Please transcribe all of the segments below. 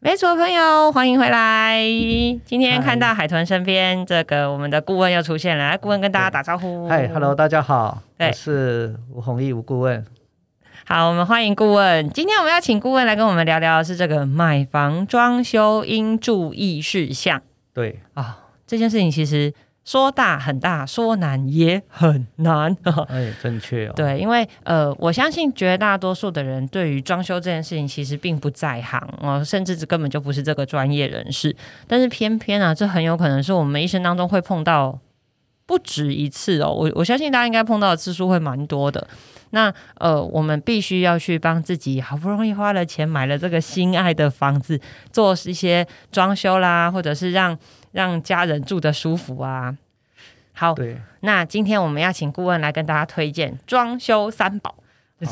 袋鼠的朋友，欢迎回来！今天看到海豚身边这个我们的顾问又出现了，来，顾问跟大家打招呼。嗨，Hello，大家好，对我是吴弘毅吴顾问。好，我们欢迎顾问。今天我们要请顾问来跟我们聊聊的是这个买房装修应注意事项对，啊、这件事情其实说大很大，说难也很难。哎，正确哦。，对，因为呃，我相信绝大多数的人对于装修这件事情其实并不在行哦，甚至根本就不是这个专业人士。但是偏偏啊，这很有可能是我们一生当中会碰到不止一次哦。我我相信大家应该碰到的次数会蛮多的。那呃，我们必须要去帮自己好不容易花了钱买了这个心爱的房子，做一些装修啦，或者是让让家人住的舒服啊。好，对，那今天我们要请顾问来跟大家推荐装修三 宝。好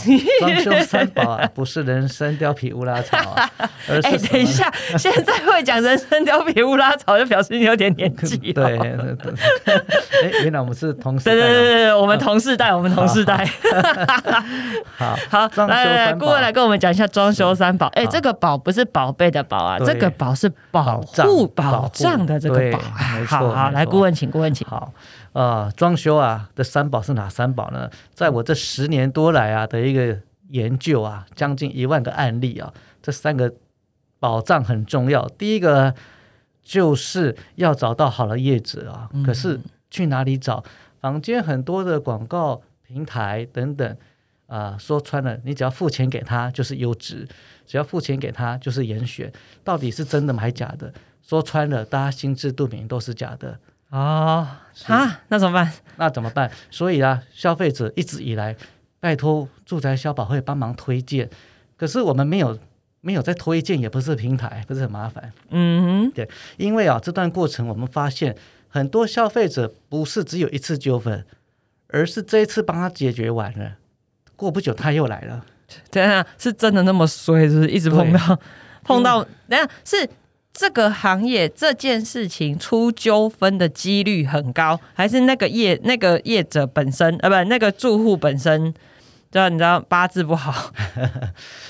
装修三宝啊，不是人参、貂皮、乌拉草 啊，而哎、是什等一么？下，现在会讲人参貂皮乌拉草，就表示你有点年纪 对了。对，对 哎，原来我们是嗯同时对对对代对对，我们同世代，我们同世代。哦。好，好，装修来来来，三宝顾问来跟我们讲一下装修三宝。哎、好这个宝不是宝贝的宝啊，对这个宝是保护障保保护障的这个对宝。啊没错好好，没来错顾问请，顾问请。好，呃，装修啊的三宝是哪三宝呢？在我这十年多来啊的一个研究啊，将近一万个案例啊，这三个保障很重要。第一个就是要找到好的业主啊，可是去哪里找？房间很多的广告平台等等。啊、说穿了，你只要付钱给他就是优质，只要付钱给他就是严选，到底是真的吗还假的？说穿了，大家心知肚明都是假的。哦，啊，那怎么办？那怎么办？所以啊，消费者一直以来拜托住宅消保会帮忙推荐，可是我们没有没有在推荐，也不是平台，不是很麻烦。嗯哼，因为啊，这段过程我们发现很多消费者不是只有一次纠纷，而是这一次帮他解决完了，过不久他又来了。 等一下啊是真的那么衰，就是一直碰到 碰到，等一下是这个行业这件事情出纠纷的几率很高，还是那个业那个业者本身呃不那个住户本身，知道你知道八字不好，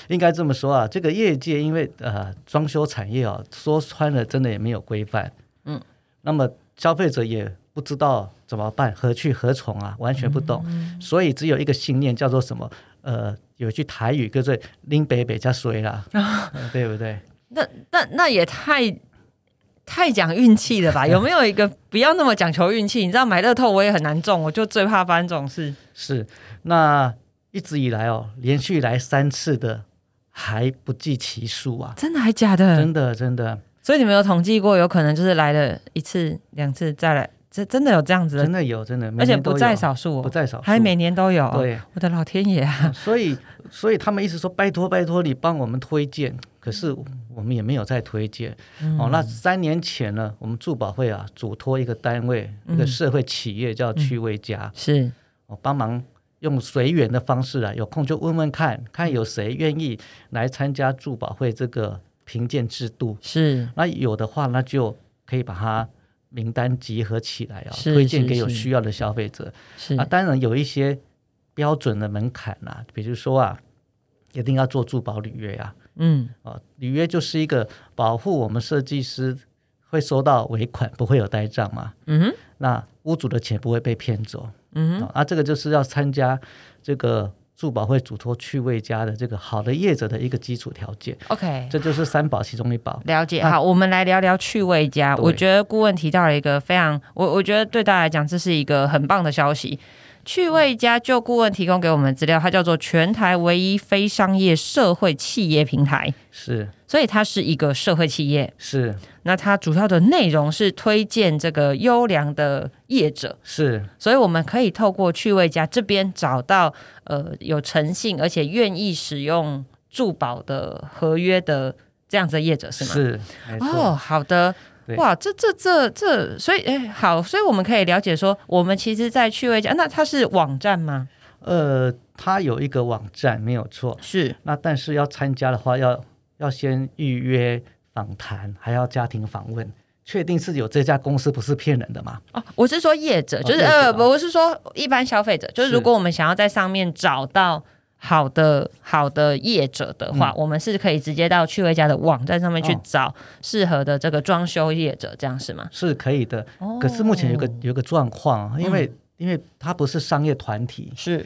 应该这么说啊，这个业界因为呃装修产业啊，说穿了真的也没有规范，嗯，那么消费者也不知道怎么办，何去何从啊，完全不嗯懂，所以只有一个信念叫做什么？呃，有一句台语叫做“拎北北加 衰”啦、嗯对不对？那 那那也太。太讲运气了 吧？有没有一个不要那么讲求运气？你知道买乐透我也很难中，我就最怕发生这种事。是，那一直以来哦，连续来三次的还不计其数啊，真的还假的？真的真的所以你们有统计过，有可能就是来了一次、两次再来，这真的有这样子的真的有真的，每而且年都不在有，少数、不哦，在少数，还每年都有、哦。对。我的老天 爷啊！所以，所以他们一直说拜托拜托你帮我们推荐，可是我们也没有在推荐。嗯哦，那三年前呢，我们住保会啊嘱托一个单位，嗯一个社会企业叫趣味家，是，哦，帮忙用随缘的方式啊，有空就问问嗯看，看有谁愿意来参加住保会这个评鉴制度。是，那有的话，那就可以把它名单集合起来啊，是推荐给是有是需要的消费者。是，啊，当然有一些标准的门槛啦、比如说啊，一定要做珠宝履约啊，嗯，啊，履约就是一个保护我们设计师会收到尾款，不会有呆账嘛，嗯哼，那屋主的钱不会被骗走，嗯哼，啊，啊这个就是要参加这个珠宝会嘱托趣味家的这个好的业者的一个基础条件， ，OK。这就是三宝其中一宝，了解，那好，我们来聊聊趣味家。对我觉得顾问提到了一个非常，我我觉得对大家来讲这是一个很棒的消息。趣味家就顾问提供给我们的资料，它叫做全台唯一非商业社会企业平台，是所以它是一个社会企业。是那它主要的内容是推荐这个优良的业者，是，所以我们可以透过趣味家这边找到呃有诚信而且愿意使用住保的合约的这样子的业者是吗？是没错。哦，好的对。哇，这这这这，所以哎，好，所以我们可以了解说，我们其实，在趣味家，那它是网站吗？呃，它有一个网站没有错，是那但是要参加的话，要要先预约访谈，还要家庭访问，确定是有这家公司不是骗人的嘛？哦，我是说业者，哦就是、业者呃，啊不，我是说一般消费者，就是是如果我们想要在上面找到好的好的业者的话，我们是可以直接到趣味家的网站上面去哦找适合的这个装修业者，这样是吗？是可以的。可是目前有个哦嗯有个状况啊，因为、因为它不是商业团体，是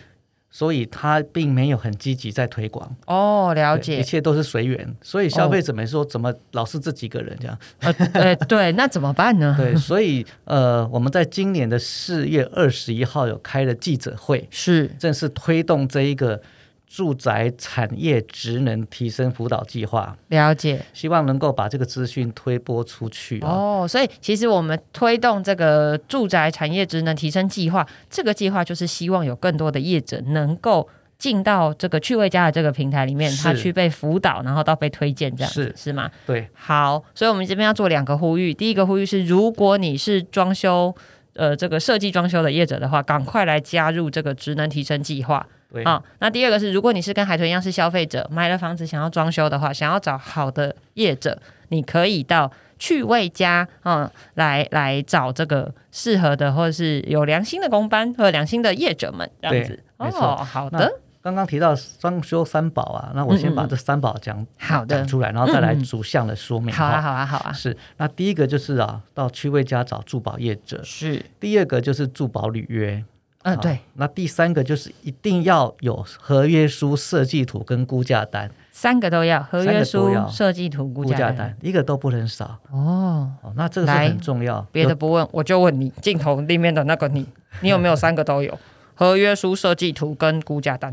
所以它并没有很积极在推广。哦，了对一解，切都是随缘，所以消费者没说怎么老是这几个人这样。呃，对对，那怎么办呢？对，所以呃，我们在今年的四月二十一号有开了记者会，是正式推动这一个住宅产业职能提升辅导计划，了解希望能够把这个资讯推播出去啊。哦，所以其实我们推动这个住宅产业职能提升计划，这个计划就是希望有更多的业者能够进到这个趣味家的这个平台里面，是他去被辅导，然后到被推荐这样子是是吗？对，好，所以我们这边要做两个呼吁。第一个呼吁是，如果你是装修，呃，这个设计装修的业者的话，赶快来加入这个职能提升计划对，啊、那第二个是，如果你是跟海豚一样是消费者，买了房子想要装修的话，想要找好的业者，你可以到趣味家啊、嗯来来找这个适合的或者是有良心的工班和良心的业者们这样子。对没哦，错好那的，刚刚提到双修三宝啊，那我先嗯把嗯这三宝讲好的讲，出来，然后再来嗯嗯逐项的说明。好啊，哈好啊，好啊，是，那第一个就是啊，到区位家找住保业者；是，第二个就是住保履约。嗯、啊对，。那第三个就是一定要有合约书、设计图跟估价单，三个都要，合约三个都书、要设计图、估估价价单一个都不能少。哦，哦，那这个是来很重要。别有的不问，我就问你，镜头里面的那个 你，你有没有三个都有？合约书、设计图跟估价单。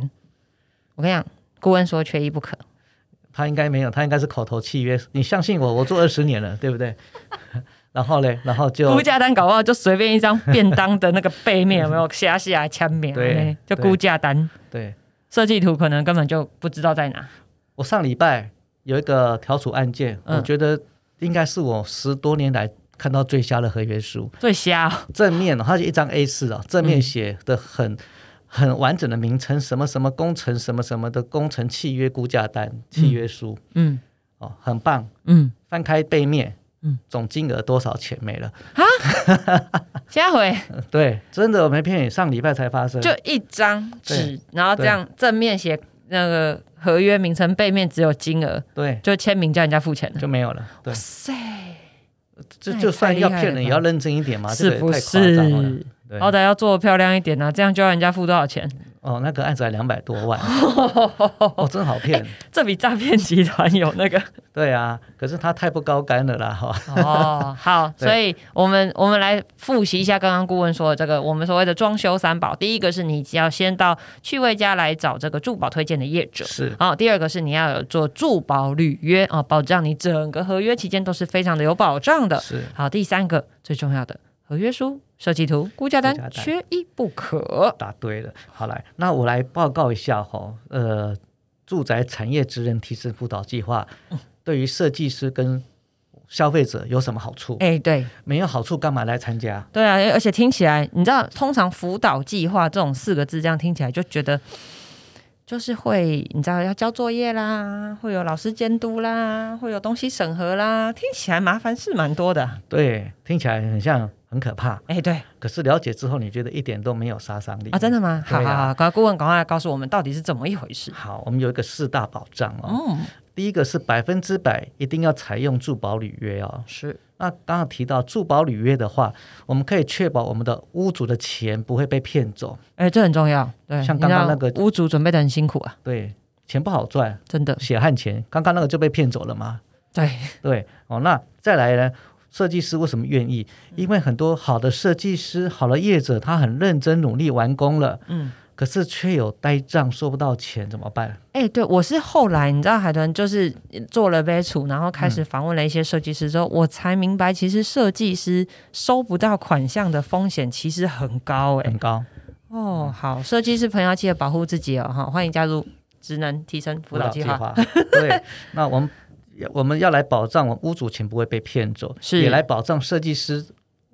我跟你讲，顾问说缺一不可。他应该没有，他应该是口头契约。你相信我，我做二十年了，对不对？ 然后嘞，然后就估价单搞不好就随便一张便当的那个背面有没有写下来签名？对哎就对估价单。对设计图可能根本就不知道在哪。我上礼拜有一个调处案件，嗯我觉得应该是我十多年来看到最瞎的合约书。最瞎哦、正面哦，它是一张 A 四啊，正嗯面写的很、很完整的名称，什么什么工程什么什么的工程契约估价单、契约书、嗯哦，很棒。嗯，翻开背面，嗯，总金额多少钱没了？下回呃对，真的我没骗你，上礼拜才发生。就一张纸，然后这对样正面写那个合约名称，背面只有金额，对，就签名叫人家付钱了。就没有了。对哇，塞，就那也就算太要厉害骗了人，吧也要认真一点嘛，是这个不也太夸张了是？对，好歹要做得漂亮一点啊，这样就要人家付多少钱？ 哦，那个案子还两百多万，哦，真好骗。这比诈骗集团有那个对啊，可是他太不高干了啦，哈。 哦。好，对所以我们我们来复习一下刚刚顾问说的这个我们所谓的装修三宝。第一个是你要先到趣味家来找这个住保推荐的业者。是，好，第二个是你要有做住保履约啊、哦，保障你整个合约期间都是非常的有保障的。是，好，第三个最重要的合约书、设计图、估价单估价单缺一不可。答对了。好来，那我来报告一下哈、呃，住宅产业职能提升辅导计划嗯对于设计师跟消费者有什么好处？哎、对，没有好处干嘛来参加？对啊，而且听起来，你知道，通常辅导计划这种四个字，这样听起来就觉得，就是会，你知道要交作业啦，会有老师监督啦，会有东西审核啦，听起来麻烦事蛮多的啊。对，听起来很像很可怕，哎，对可是了解之后，你觉得一点都没有杀伤力啊，真的吗？好对好啊好，赶快顾问赶快来告诉我们到底是怎么一回事。好，我们有一个四大保障哦。嗯，第一个是百分之百一定要采用住保履约哦。是那刚刚提到住保履约的话，我们可以确保我们的屋主的钱不会被骗走。哎，这很重要。对，像你知刚刚道那个屋主准备的很辛苦啊，对，钱不好赚，真的。血汗钱。刚刚那个就被骗走了嘛？对，对，哦，那再来呢？设计师为什么愿意？因为很多好的设计师、好的业者，他很认真努力完工了，嗯，可是却有呆账，收不到钱，怎么办？哎、对，我是后来你知道海豚就是做了杯厨，然后嗯开始访问了一些设计师之后，我才明白，其实设计师收不到款项的风险其实很高、哎很，高。哦，好，设计师朋友要记得保护自己哦，哈，欢迎加入职能提升辅导计划。划。 对，那我们我们要来保障我们屋主钱不会被骗走，是也来保障设计师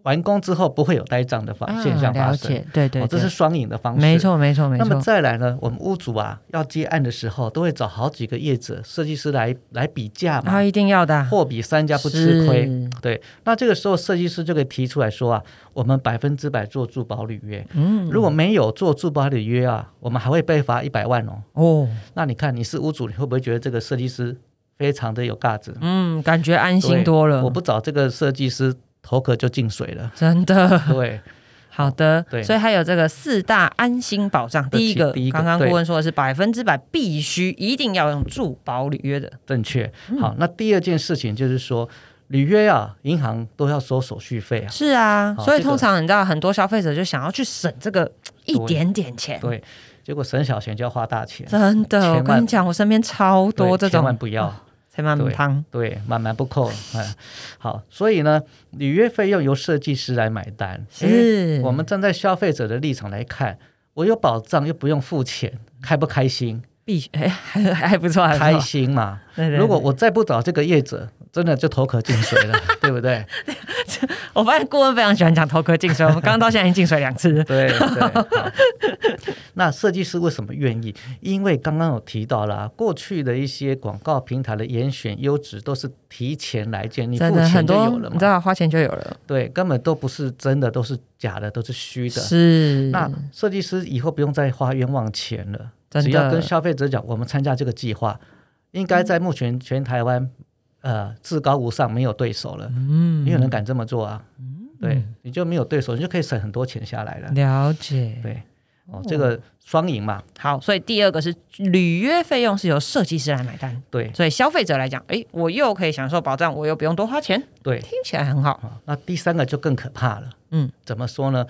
完工之后不会有呆账的发现啊象发了生。解，对对哦，这是对双赢的方式。没错没错没那么错，再来呢，我们屋主啊要接案的时候，都会找好几个业者、设计师来来比价然后嘛，一定要的啊，货比三家不吃亏。是，对，那这个时候设计师就可以提出来说啊，我们百分之百做住保履约，嗯，如果没有做住保履约啊，我们还会被罚一百万哦。哦，那你看你是屋主，你会不会觉得这个设计师非常的有价值？嗯，感觉安心多了，我不找这个设计师，头壳就进水 了。真 的对，好的，对所以还有这个四大安心保障，对第一个第一，个刚刚对顾问说的是百分之百必须一定要用住保履约的，正确。嗯好，那第二件事情就是说，履约啊，银行都要收手续费啊。是啊，好所以这个通常你知道很多消费者就想要去省这个一点点钱，对，结果省小钱就要花大钱，真的，千我万跟你讲，我身边超多这对千万种啊不要。才满对汤，对，满满不扣。嗯，好，所以呢，履约费用由设计师来买单。诶是我们站在消费者的立场来看，我有保障又不用付钱，开不开心？必须， 哎，还还不错，还不开错心嘛。对对对如果我再不找这个业者，真的就头壳进水 了，对不对？。我发现顾问非常喜欢讲头壳进水，我们刚刚到现在已经进水两次对对。好 那设计师为什么愿意？因为刚刚有提到啦，过去的一些广告平台的严选优质都是提前来 建，你付真的很钱就多有，了你嘛知。道花钱就有了，对，根本都不是真的，都是假的，都是虚的。是那设计师以后不用再花冤枉钱了，真的只要跟消费者讲，我们参加这个计划，应该在目前全台湾，呃，至高无上，没有对手了，嗯没有人敢这么做啊。对，你就没有对手，你就可以省很多钱下来了。了解。对，哦，这个双赢嘛，好，所以第二个是履约费用是由设计师来买单，对所以消费者来讲，诶，我又可以享受保障，我又不用多花钱，对。听起来很好。啊，那第三个就更可怕了。嗯，怎么说呢？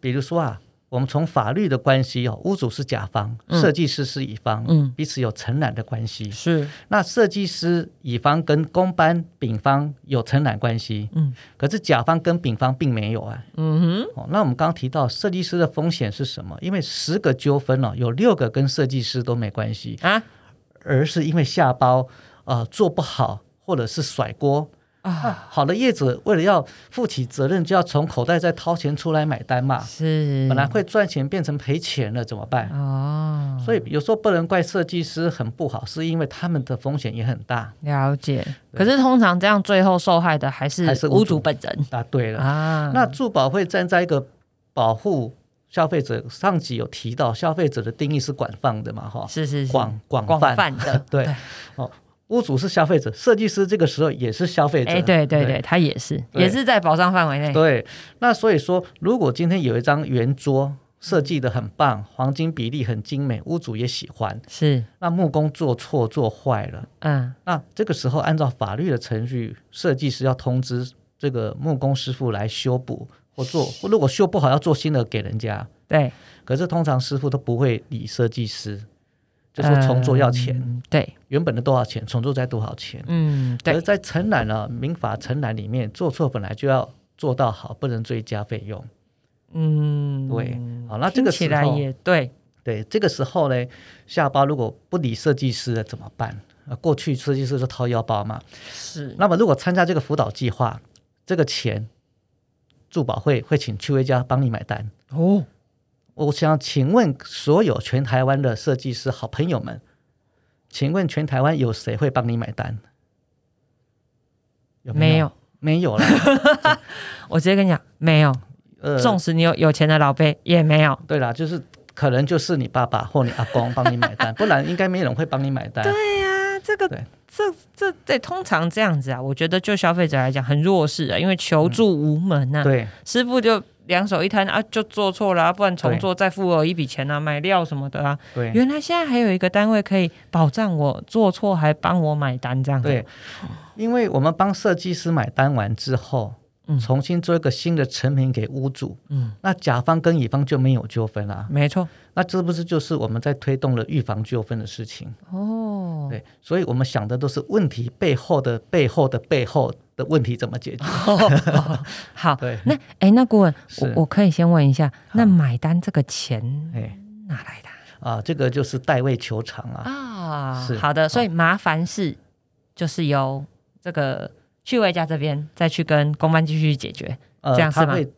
比如说啊，我们从法律的关系哦，屋主是甲方，嗯设计师是乙方，嗯，彼此有承揽的关系。是，那设计师乙方跟公班丙方有承揽关系，嗯，可是甲方跟丙方并没有啊。嗯哦，那我们刚刚提到设计师的风险是什么？因为十个纠纷哦，有六个跟设计师都没关系，哼，啊而是因为下包呃做不好或者是甩锅。啊，啊，好的业主为了要负起责任，就要从口袋再掏钱出来买单嘛。是本来会赚钱变成赔钱了，怎么办？哦，所以有时候不能怪设计师很不好，是因为他们的风险也很大。了解。可是通常这样最后受害的还还是是屋屋主主本人答对了，啊。那住保会站在一个保护消费者，上集有提到消费者的定义是广泛的嘛，哈，是是是广广广泛。泛的，对哦屋主是消费者，设计师这个时候也是消费者。哎，对对对，他也是，对也是在保障范围内。对，那所以说，如果今天有一张圆桌设计的很棒，黄金比例很精美，屋主也喜欢，是，那木工做错做坏了，嗯，那这个时候按照法律的程序，设计师要通知这个木工师傅来修补或做，如果修不好要做新的给人家。对可是通常师傅都不会理设计师，就说重做要钱，嗯对，原本的多少钱，重做再多少钱。嗯可是，对，在承揽啊，民法承揽里面，做错本来就要做到好，不能追加费用。嗯对，好，那这个听起时来候，也对，对，这个时候呢，下包如果不理设计师了怎么办？啊，过去设计师是掏腰包嘛，是那么如果参加这个辅导计划，这个钱，助保会会请趣味家帮你买单。哦，我想请问所有全台湾的设计师好朋友们，请问全台湾有谁会帮你买单？有没有，没有了。我直接跟你讲，没有，呃，纵使你有有钱的老辈也没有。对啦，就是可能就是你爸爸或你阿公帮你买单，不然应该没人会帮你买单。对呀、这个对这这对，通常这样子啊，我觉得就消费者来讲很弱势啊，因为求助无门呐、嗯对师傅就两手一摊啊，就做错了、啊，不然重做再付我一笔钱啊，买料什么的啊。对原来现在还有一个单位可以保障我做错还帮我买单这样子。对，因为我们帮设计师买单完之后嗯，重新做一个新的成品给屋主，嗯，那甲方跟乙方就没有纠纷啦。没错。那这不是就是我们在推动了预防纠纷的事情？ 哦，对，所以我们想的都是问题背后的背后的背后的问题怎么解决？哦好，对，那哎，那顾问，是我我可以先问一下，那买单这个钱哎哪来的啊，这个就是代位求偿啊。啊？是好的，所以麻烦事就是由这个趣味家这边再去跟公办继续解决，呃这样，是他吗会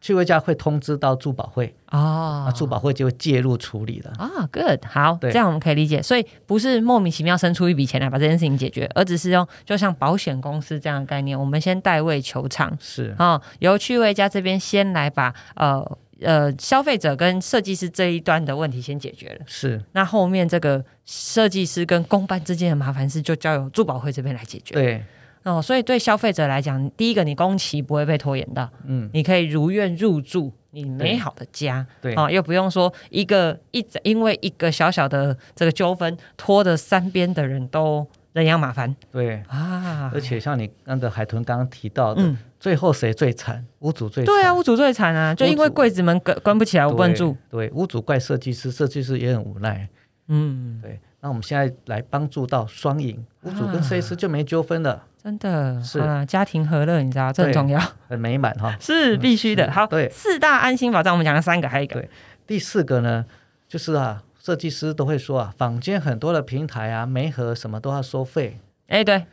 趣味价会通知到住保会，哦啊，，住保会就会介入处理的。啊，good，好，对这样我们可以理解。所以不是莫名其妙生出一笔钱来把这件事情解决，而只是用就像保险公司这样的概念，我们先代位求偿，是，哦，由趣味家这边先来把呃呃消费者跟设计师这一端的问题先解决了，是那后面这个设计师跟公办之间的麻烦事就交由珠宝会这边来解决。对，哦，所以对消费者来讲，第一个你工期不会被拖延到，嗯，你可以如愿入住你美好的家，对啊、又不用说一个一整因为一个小小的这个纠纷，拖的三边的人都人仰马翻对。啊而。且像你那个海豚刚刚提到的，嗯，最后谁最惨？屋主最惨。对啊，屋主最惨啊，就因为柜子门关关不起来，我不能住。对，屋主怪设计师，设计师也很无奈。嗯，对，那我们现在来帮助到双赢，屋主跟设计师就没纠纷了，真的是好啦家庭和乐，你知道这很对重要，很美满哈。是必须的。是好，对四大安心保障，我们讲了三个，还有一个对第四个呢，就是啊，设计师都会说啊，坊间很多的平台啊，媒合什么都要收费。哎、对，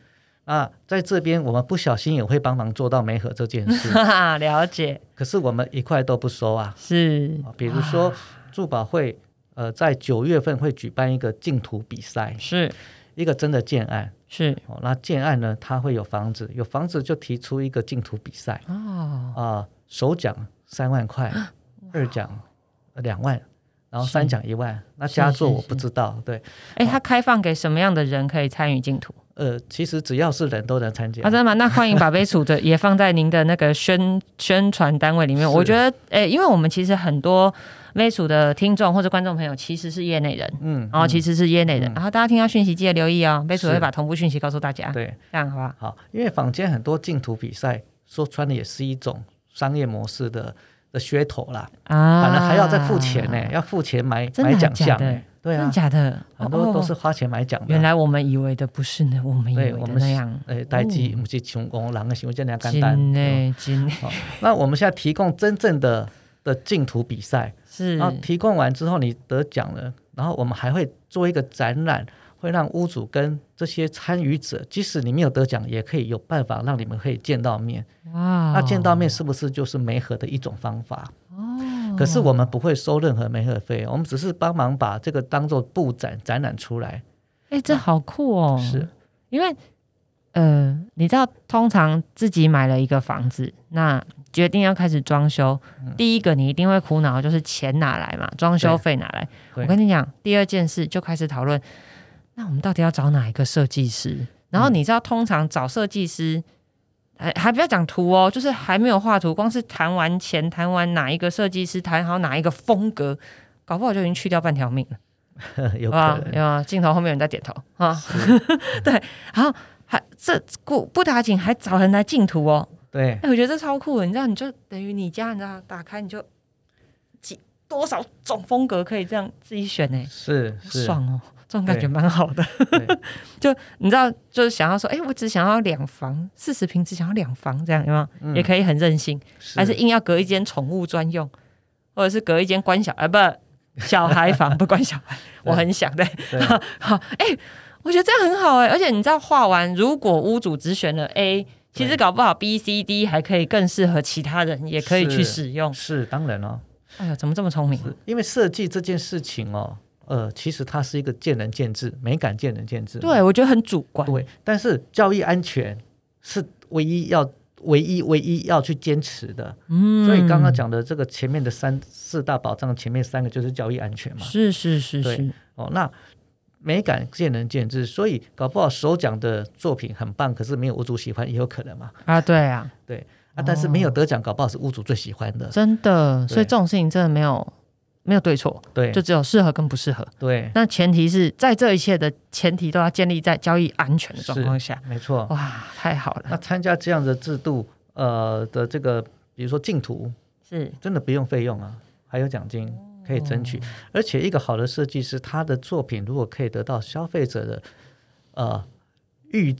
啊，在这边我们不小心也会帮忙做到媒合这件 事，哈哈，了解，可是我们一块都不收啊。是啊比如说珠宝会，呃，在九月份会举办一个净土比赛，是一个真的建案。是哦，那建案呢，它会有房子，有房子就提出一个净土比赛哦，啊啊，首奖三万块，二奖两万，然后三是奖一万。那是佳是作我不是知道，对，哎、它开放给什么样的人可以参与竞图？呃，其实只要是人都能参加啊，。真的吗？那欢迎把杯杵的也放在您的那个宣 宣传单位里面。是我觉得，诶、因为我们其实很多杯杵的听众或者观众朋友其实是业内人，嗯，然后嗯其实是业内人，嗯然后大家听到讯息记得留意哦，杯杵是会把同步讯息告诉大家，对，这样好不好？好，因为坊间很多竞图比赛，说穿了也是一种商业模式的的噱头啦，啊反而还要再付钱呢、要付钱买真的买还奖假项、的欸，对啊真的啊，假的？很多都是哦花钱买奖的。原来我们以为的不是呢，我们以为对我的们那样。呃，代际不是穷工狼的行为，这两哦真简单。嗯呢，真呢好，那我们现在提供真正的的竞图比赛，是然后提供完之后你得奖了，然后我们还会做一个展览，会让屋主跟这些参与者，即使你没有得奖，也可以有办法让你们可以见到面。哇那见到面是不是就是媒合的一种方法？哦可是我们不会收任何媒合费，我们只是帮忙把这个当做布展展览出来。哎、这好酷哦！是， 因为呃，你知道，通常自己买了一个房子，那决定要开始装修，嗯第一个你一定会苦恼就是钱哪来嘛，装修费哪来？对我跟你讲，第二件事就开始讨论，那我们到底要找哪一个设计师？然后嗯你知道，通常找设计师。还还不要讲图哦，就是还没有画图，光是谈完钱、谈完哪一个设计师、谈好哪一个风格，搞不好就已经去掉半条命了。有可啊，能有啊，镜头后面有人在点头啊，对，然后还这不不打紧，还找人来竞图哦，对哎、我觉得这超酷的，你知道，你就等于你家，你知道，打开你就几多少种风格可以这样自己选呢、是好是，爽哦，这种感觉对蛮好的对。 就你知道，就是想要说，哎、我只想要两房，四十平只想要两房，这样有没有？嗯也可以很任性，还是硬要隔一间宠物专用，或者是隔一间关小啊不小孩房不关小 孩，我很想对。对 好，哎、我觉得这样很好哎、而且你知道画完，如果屋主只选了 A，其实对搞不好 B、C、D 还可以更适合其他人，也可以去是使用。是当然哦，哎呦，怎么这么聪明？是因为设计这件事情哦，呃，其实它是一个见仁见智，美感见仁见智嘛。对，我觉得很主观。对，但是教育安全是唯一要。唯一唯一要去坚持的，嗯所以刚刚讲的这个前面的三四大保障，前面三个就是教育安全嘛。是是是对是，哦，那美感见仁见智，所以搞不好首奖的作品很棒，可是没有屋主喜欢也有可能嘛。啊，对啊，啊，但是没有得奖，搞不好是屋主最喜欢的。真的，所以对这种事情真的没有没有对错，对就只有适合跟不适合。对，那前提是在这一切的前提都要建立在交易安全的状况下。没错。哇，太好了，那参加这样的制度，呃的这个，比如说竞图，是真的不用费用啊，还有奖金可以争取。而且一个好的设计师，他的作品如果可以得到消费者的呃预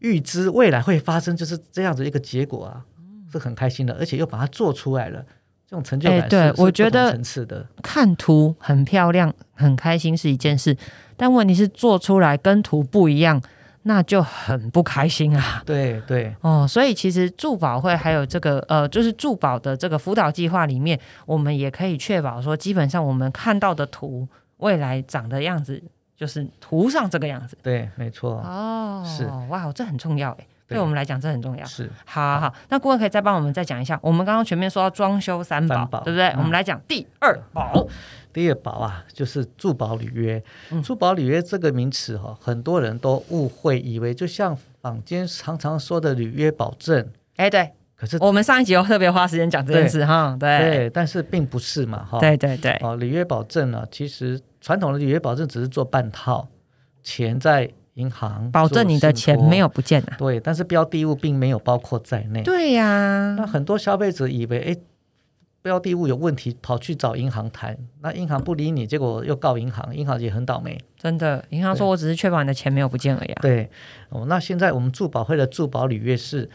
预知未来会发生就是这样子一个结果啊，是很开心的，而且又把它做出来了。这种成就哎感是、对是我不觉同得层次的，看图很漂亮、很开心是一件事，但问题是做出来跟图不一样，那就很不开心啊。对对，哦，所以其实助保会还有这个呃，就是助保的这个辅导计划里面，我们也可以确保说，基本上我们看到的图未来长的样子就是图上这个样子。对，没错，哦，是哇，这很重要哎，对对我们来讲这很重要。是好好好，那顾问可以再帮我们再讲一下，我们刚刚前面说到装修三宝，三宝对不对？嗯我们来讲第二宝，第二宝啊，就是住保履约嗯。住保履约这个名词哈、很多人都误会，以为就像坊间常常说的履约保证，哎，对，可是我们上一集有特别花时间讲这件事哈，对，对，但是并不是嘛，哈、哎对对对，哦，履约保证呢、其实传统的履约保证只是做半套，钱在银行，保证你的钱没有有不见啊，对，但是标的物并没有包括在内。对呀那，很多消费者以为，哎，标的物有问题，跑去找银行谈，那银行不理你，结果又告银行，银行也很倒霉。真的，银行说我只是确保你的钱没有不见而已啊，对，哦，那现在我们住保会的住保履约是，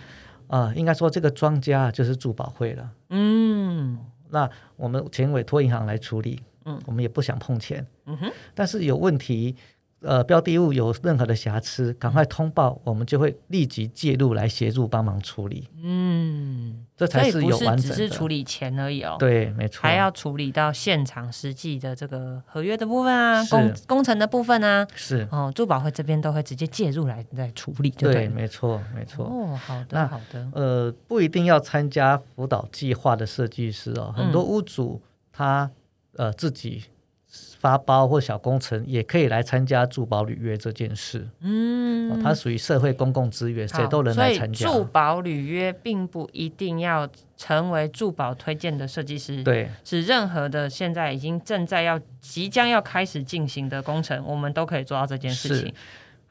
啊、应该说这个庄家啊就是住保会了。嗯那我们请委托银行来处理，嗯，我们也不想碰钱，嗯哼，但是有问题，呃，标的物有任何的瑕疵，赶快通报，我们就会立即介入来协助帮忙处理，嗯，这所才以是不有是完只整是的。处理钱而已哦，对，啊没错，还要处理到现场实际的这个合约的部分啊，是工工程的部分啊，是，哦，珠宝会这边都会直接介入来来处理，就对，了没错，没错。哦，好的，那好的，呃，不一定要参加辅导计划的设计师哦，嗯很多屋主他呃自己发包或小工程也可以来参加住保履约这件事，嗯，哦它属于社会公共资源，谁好都能来参加所以。珠宝履约并不一定要成为珠宝推荐的设计师，对是任何的现在已经正在要即将要开始进行的工程，我们都可以做到这件事是情。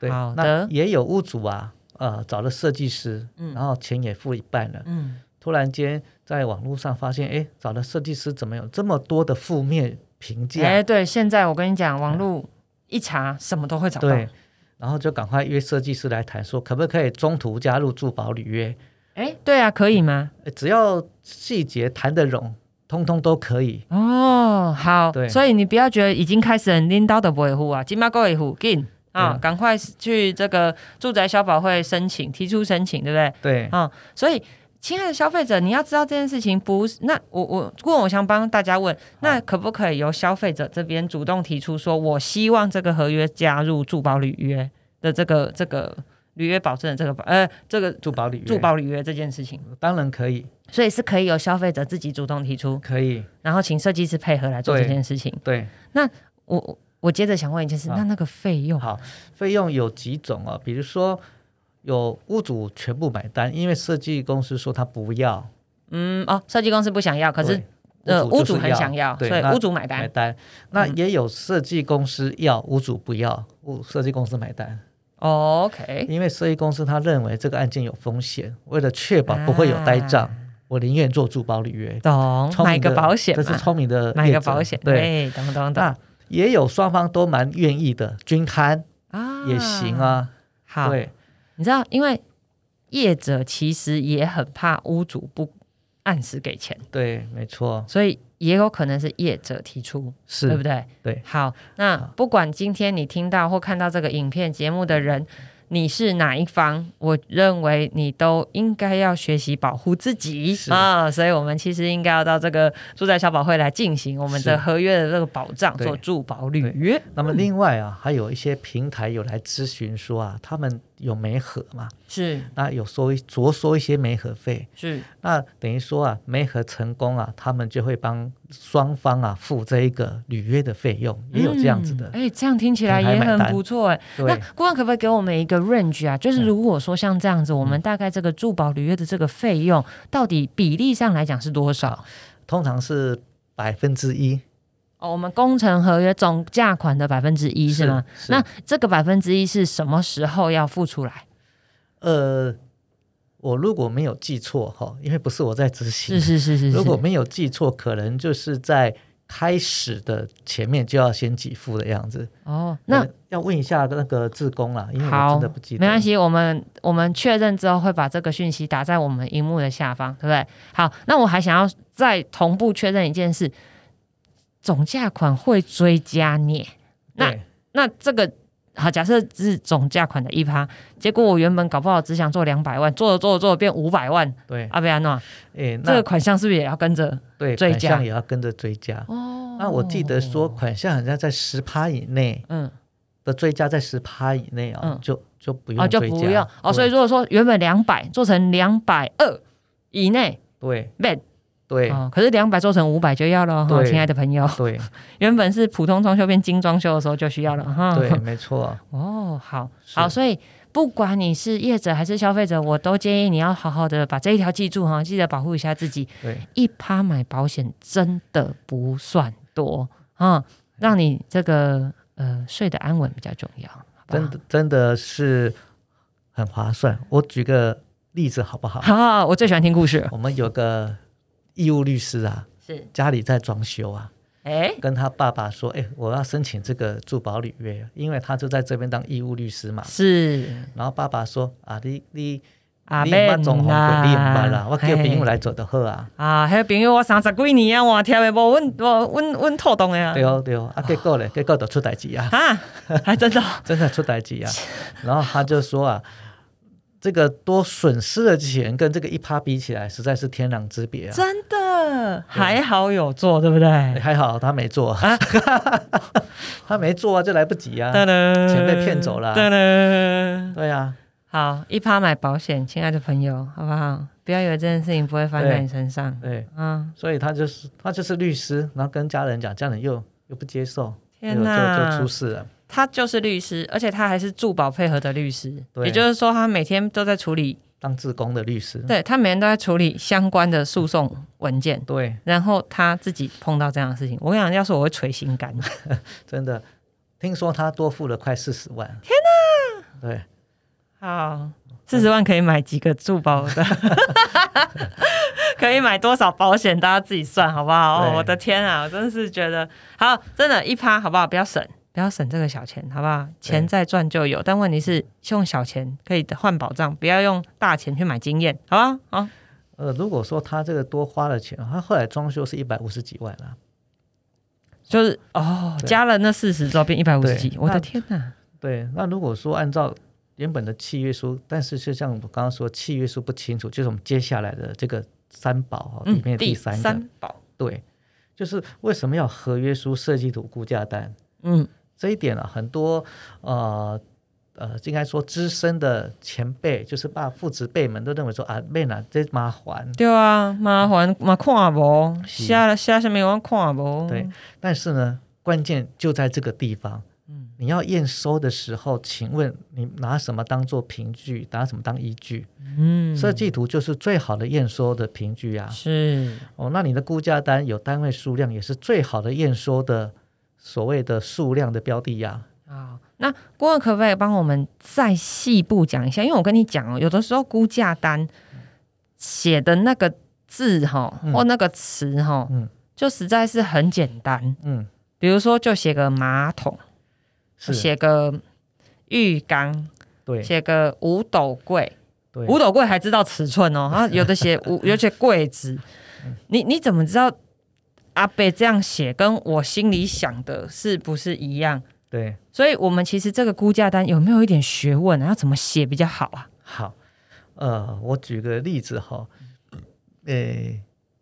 对，好那的也有屋主啊，呃，找了设计师，嗯然后钱也付一半了，嗯，突然间在网络上发现，哎，找了设计师怎么有这么多的负面评价？哎，对，现在我跟你讲，网络一查什么都会找到。对，然后就赶快约设计师来谈，说可不可以中途加入住保履约？哎，对啊，可以吗？呃只要细节谈得拢，通通都可以。哦，好，对所以你不要觉得已经开始很拎刀的不会护啊，金马过一护进啊对，赶快去这个住宅消保会申请，提出申请，对不对？对，啊、所以。亲爱的消费者，你要知道这件事情不是那我我顾问，我想帮大家问，那可不可以由消费者这边主动提出说，我希望这个合约加入住保履约的这个这个履约保证的这个呃这个住保履约，住保履约这件事情，当然可以，所以是可以由消费者自己主动提出，可以，然后请设计师配合来做这对件事情。对。我我我接着想问一件事，啊那那个费用，好，费用有几种哦，比如说有屋主全部买单，因为设计公司说他不要，嗯哦，设计公司不想要，可是对呃屋就主是很想要，对所以那屋主买买单。嗯单。那也有设计公司要，屋主不要，屋设计公司买单，哦 OK，因为设计公司他认为这个案件有风险，为了确保不会有呆账，啊我宁愿做住保履约。懂，聪买明的个保险这是嘛，聪明的买个业者保险，哎对。对，懂懂懂那也有双方都蛮愿意的，均摊啊也行。啊。好，对你知道，因为业者其实也很怕屋主不按时给钱，对，没错，所以也有可能是业者提出，是对不对？对好，那不管今天你听到或看到这个影片节目的人，你是哪一方，我认为你都应该要学习保护自己是啊。所以，我们其实应该要到这个住宅小保会来进行我们是的合约的这个保障，对做住保履约。那么另外啊，还有一些平台有来咨询说啊，他们有媒合嘛，是那有收一着收一些媒合费，是，那等于说啊，媒合成功啊，他们就会帮双方啊付这一个履约的费用，也有这样子的嗯。哎、这样听起来平台也买很单不错哎、那对，顾问可不可以给我们一个 range 啊？就是嗯如果说像这样子，我们大概这个住保履约的这个费用，到底比例上来讲是多少？通常是百分之一，哦，我们工程合约总价款的百分之一是吗？是那这个百分之一是什么时候要付出来？呃，我如果没有记错哈，因为不是我在执行是，是是是是。如果没有记错，可能就是在开始的前面就要先给付的样子。哦，那可能要问一下那个志工啦，因为我好真的不记，得。没关，系，我们我们确认之后会把这个讯息打在我们荧幕的下方，对不对？好，那我还想要再同步确认一件事，总价款会追加你。那对那这个好，假设是总价款的一趴，结果我原本搞不好只想做两百万，做着做着做着变五百万，对，阿贝安诺，啊哎，这那个款项是不是也要跟着？对追款加项也要跟着追加。哦那我记得说，款项好像在十趴以内嗯，的追加，在十趴以内啊、嗯就就不哦用就追加。不用哦，对所以如果说原本两百做成两百二以内对，bad 对、哦，可是两百做成五百就要了哈，对亲爱的朋友， 对原本是普通装修变精装修的时候就需要了哈。嗯对，没错， 哦，好是好，所以不管你是业者还是消费者，我都建议你要好好的把这一条记住哈，记得保护一下自己。对一趴买保险真的不算多啊、让你这个呃睡得安稳比较重要。好不好真的真的是很划算。我举个例子好不好？好好，好我最喜欢听故事了。我们有个义务律师啊，是，家里在装修啊，哎、跟他爸爸说：“哎、我要申请这个住保履约，因为他就在这边当义务律师嘛。是”然后爸爸说：“啊，你你阿啊你捌伯装潢过，你毋捌啦，我叫朋友来。来做就好啊。啊，迄朋友我三十几年啊，我听的无，阮我阮阮透动的啊。对哦，对哦，啊，结果嘞，结果就出代志 啊， 啊，还真的哦真的出代志啊。然后他就说啊，这个多损失的钱跟这个一趴比起来，实在是天壤之别啊。真的，还好有做，对不对？哎还好他没做，啊 他没做啊，就来不 及啊。噔噔钱被骗走了啊噔噔，对啊，好，一趴买保险，亲爱的朋友，好不好？不要以为这件事情不会发生在你身上。对，嗯，所以他就是他就是律师，然后跟家人讲，家人又又不接受，结天果就就哪出，事了。他就是律师，而且他还是助保配合的律师，对嗯也就是说，他每天都在处理，当志工的律师，对他每天都在处理相关的诉讼文件。对，然后他自己碰到这样的事情，我跟你讲，要是我会捶心 肝。真的，听说他多付了快四十万。天哪！对。好，四十万可以买几个住保的？ 可以买多少保险？大家自己算好不好？哦对我的天啊，我真的是觉得，好，真的，一趴好不好？不要省，不要省这个小钱，好不好？钱再赚就有，但问题是用小钱可以换保障，不要用大钱去买经验，好吧？好，哦呃，如果说他这个多花了钱，他后来装修是一百五十几万啊啦、就是哦，对加了那四十之后变一百五十对几，那我的天哪！对，那如果说按照原本的契约书，但是就像我刚刚说，契约书不清楚，就是我们接下来的这个三宝、哦、里面的第三个，嗯三保，对，就是为什么要合约书、设计图、估价单嗯，这一点啊，很多呃。呃，应该说资深的前辈，就是爸父子辈们都认为说啊，妹呐，这麻烦，对啊，麻烦嘛看无，是写写什么我看无，嗯对，但是呢，关键就在这个地方。嗯你要验收的时候，请问你拿什么当做凭据，拿什么当依据？嗯，设计图就是最好的验收的凭据啊。是。哦，那你的估价单有单位数量，也是最好的验收的所谓的数量的标的呀、啊，那郭二可不可以帮我们再细部讲一下？因为我跟你讲哦，有的时候估价单写的那个字哈，嗯或那个词哈，嗯就实在是很简单。嗯，比如说，就写个马桶，是，写个浴缸，对写个五斗柜，对五斗柜还知道尺寸 哦，啊，有的写五，有的写柜子，你你怎么知道阿贝这样写跟我心里想的是不是一样？对。所以我们其实这个估价单有没有一点学问啊？要怎么写比较好啊？好，呃，我举个例子哈，呃，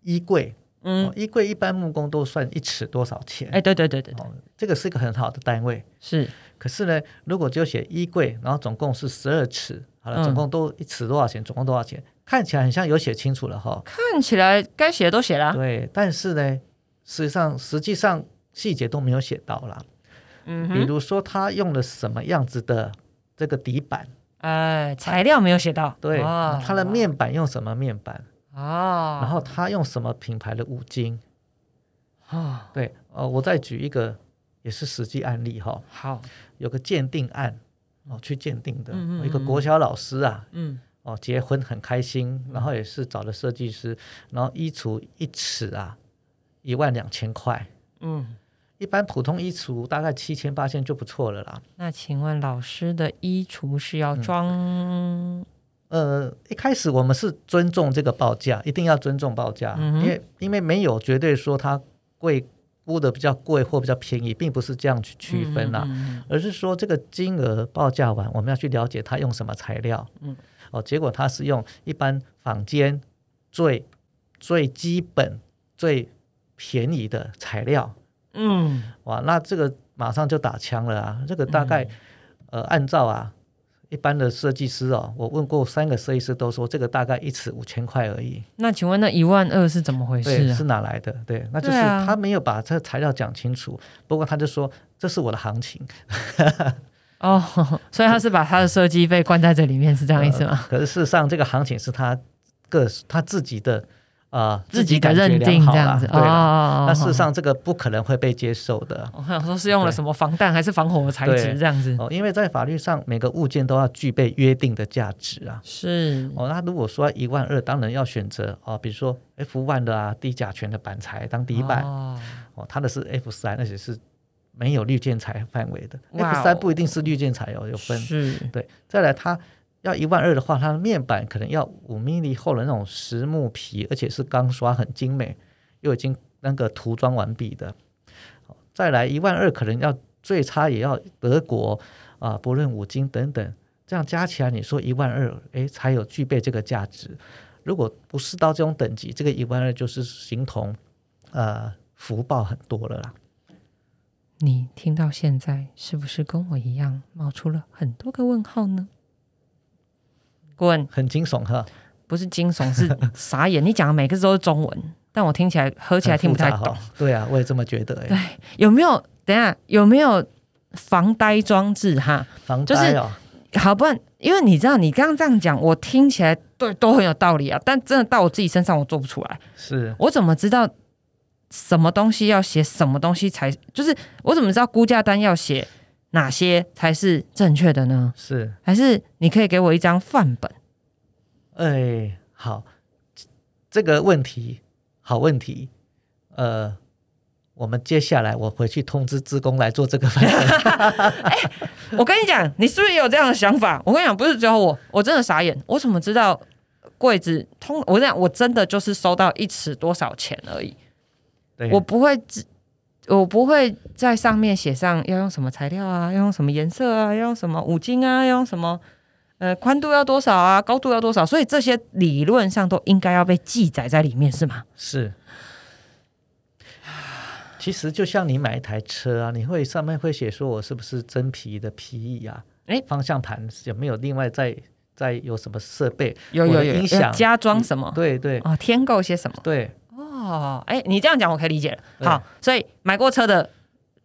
衣柜，嗯哦，衣柜一般木工都算一尺多少钱？哎、对对对对对，哦，这个是一个很好的单位。是可是呢，如果就写衣柜，然后总共是十二尺，好嗯了，总共都一尺多少钱？总共多少钱？看起来很像有写清楚了哈。看起来该写的都写了啊，对，但是呢，实际上实际上细节都没有写到啦。嗯比哼，如说他用了什么样子的这个底板，哎，材料没有写到，对，哦它的面板用什么面板，哦，然后他用什么品牌的五金，哦，对，呃，我再举一个也是实际案例哈，好，有个鉴定案哦，去鉴定的哦嗯嗯嗯一个国小老师啊，嗯，哦，结婚很开心，然后也是找了设计师，然后衣橱一尺啊，一万两千块，嗯，一般普通衣橱大概七千八千就不错了啦。那请问老师的衣橱是嗯要装、呃，一开始我们是尊重这个报价，一定要尊重报价，嗯哼因为因为没有绝对说它贵估的比较贵或比较便宜，并不是这样去区分啊啦、嗯而是说这个金额报价完，我们要去了解它用什么材料。嗯，哦，结果它是用一般坊间最最基本、最便宜的材料，嗯，嗯哇，那这个马上就打枪了啊！这个大概、呃，按照啊一般的设计师哦，我问过三个设计师都说这个大概一尺五千块而已。那请问那一万二是怎么回对，事啊？哪来的？对，那就是对啊他没有把这材料讲清楚。不过他就说这是我的行情，哦， 所以他是把他的设计费关在这里面，是这样意思吗？呃可是事实上，这个行情是他个他自己的啊、呃自己的感觉认良定好这样啦子，对啦哦，那事实上，这个不可能会被接受的我想说是用了什么防弹还是防火的材质对这样子？哦，因为在法律上，每个物件都要具备约定的价值啊。是，哦，那如果说一万二，当然要选择哦，比如说 F one 的啊，低甲醛的板材当底板，哦哦，它的是 F 三，而且是没有绿建材范围的。哇哦 F 三不一定是绿建材哦，有分。是，对，再来它要一万二的话，它的面板可能要五 m m 厚的那种实木皮，而且是钢刷，很精美，又已经那个涂装完毕的。好再来一万二，可能要最差也要德国啊，不论五金等等，这样加起来，你说一万二，诶，才有具备这个价值。如果不是到这种等级，这个一万二就是形同呃福报很多了啦。你听到现在是不是跟我一样冒出了很多个问号呢？滚，很惊悚哈，不是惊悚， 是傻眼。你讲的每个字都是中文，但我听起来合起来很听不复太杂懂哈。。对啊，我也这么觉得、诶，有没有？等一下有没有防呆装置？哈，房就是贷哦、好，不然因为你知道，你刚刚这样讲，我听起来对都很有道理啊，但真的到我自己身上，我做不出来。是我怎么知道什么东西要写，什么东西才就是我怎么知道估价单要写哪些才是正确的呢？是，还是你可以给我一张范本？哎，好，这个问题好问题，呃，我们接下来我回去通知职工来做这个反应我跟你讲，你是不是也有这样的想法？我跟你讲，不是只有我，我真的傻眼，我怎么知道柜子通？我跟你讲，我真的就是收到一尺多少钱而已，对，我不会只。我不会在上面写上要用什么材料啊，要用什么颜色啊，要用什么五金啊，要用什么呃宽度要多少啊，高度要多少，所以这些理论上都应该要被记载在里面，是吗？是。其实就像你买一台车啊，你会上面会写说我是不是真皮的皮椅啊？哎方向盘有没有另外再再有什么设备？有我有的有，音响要加装什么？对对哦，添购些什么？对，哦，哎，你这样讲我可以理解了。对好，所以买过车的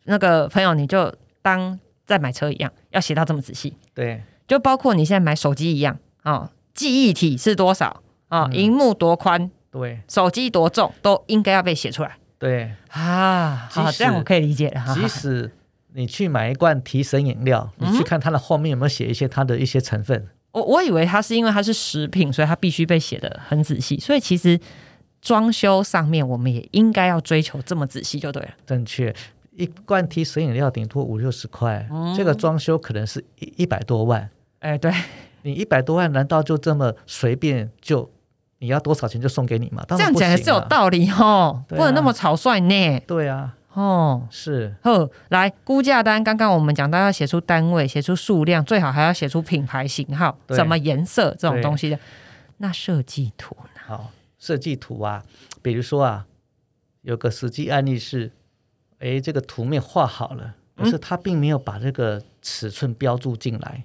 那个朋友，你就当在买车一样，要写到这么仔细，对就包括你现在买手机一样哦，记忆体是多少啊，哦嗯荧、幕多宽，对手机多重，都应该要被写出来对，啊。即好，使这样我可以理解了。哈哈 即使你去买一罐提神饮料，嗯你去看它的后面有没有写一些它的一些成分，我我以为它是因为它是食品，所以它必须被写的很仔细，所以其实。装修上面，我们也应该要追求这么仔细就对了。正确。一罐提神饮料顶多五六十块，哦这个装修可能是一一百多万。哎、对，你一百多万，难道就这么随便就你要多少钱就送给你吗？当这然样不行、讲啊、也是有道理哦，对啊不能那么草率呢。对啊，哦，是呵，来估价单，刚刚我们讲到要写出单位，写出数量，最好还要写出品牌型号、对什么颜色这种对东西的。那设计图呢？好设计图啊，比如说啊，有个实际案例是，诶，这个图面画好了，可嗯是他并没有把这个尺寸标注进来。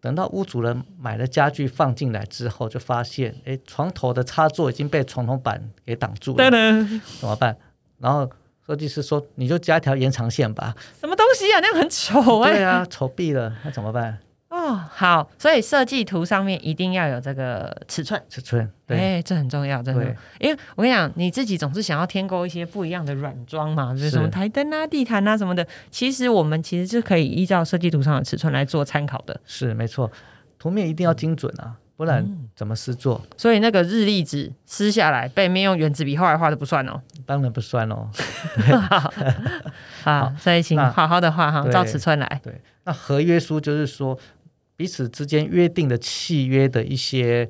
等到屋主人买了家具放进来之后，就发现，诶，床头的插座已经被床头板给挡住了，噔，怎么办？然后设计师说，你就加一条延长线吧。什么东西啊？那样很丑哎、对啊，丑毙了，那怎么办？哦，好，所以设计图上面一定要有这个尺寸。尺寸，对，哎、这很重要，真的对。因为我跟你讲，你自己总是想要添购一些不一样的软装嘛，就是是什么台灯啊、地毯啊什么的。其实我们其实是可以依照设计图上的尺寸来做参考的。是没错，图面一定要精准啊，不然嗯怎么施作？所以那个日历纸撕下来，背面用圆珠笔画来画的不算 哦。 当然不算哦。 啊，所以请那好好的画哈，对照尺寸来。对，那合约书就是说彼此之间约定的契约的一些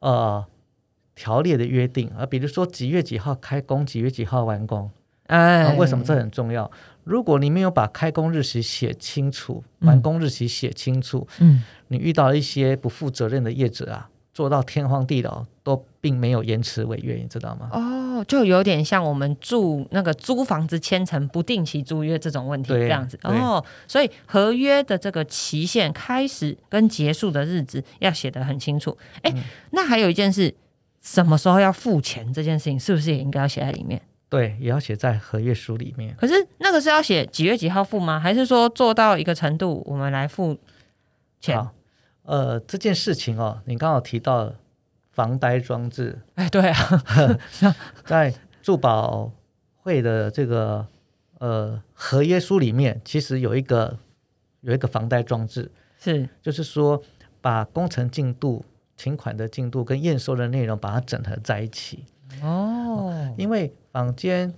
呃条例的约定啊，比如说几月几号开工，几月几号完工，哎啊，为什么这很重要？如果你没有把开工日期写清楚，嗯完工日期写清楚，嗯你遇到一些不负责任的业者啊，做到天荒地老都并没有延迟违约，你知道吗？哦，就有点像我们住那个租房子签成不定期租约这种问题对这样子对哦，所以合约的这个期限开始跟结束的日子要写得很清楚。哎、嗯那还有一件事，什么时候要付钱这件事情，是不是也应该要写在里面？对，也要写在合约书里面。可是那个是要写几月几号付吗？还是说做到一个程度我们来付钱？好，呃，这件事情哦，你刚好提到防呆装置， 哎，对啊， 在住保会的这个呃合约书里面，其实有一个有一个防呆装置，是就是说把工程进度、请款的进度跟验收的内容把它整合在一起，哦，因为坊间。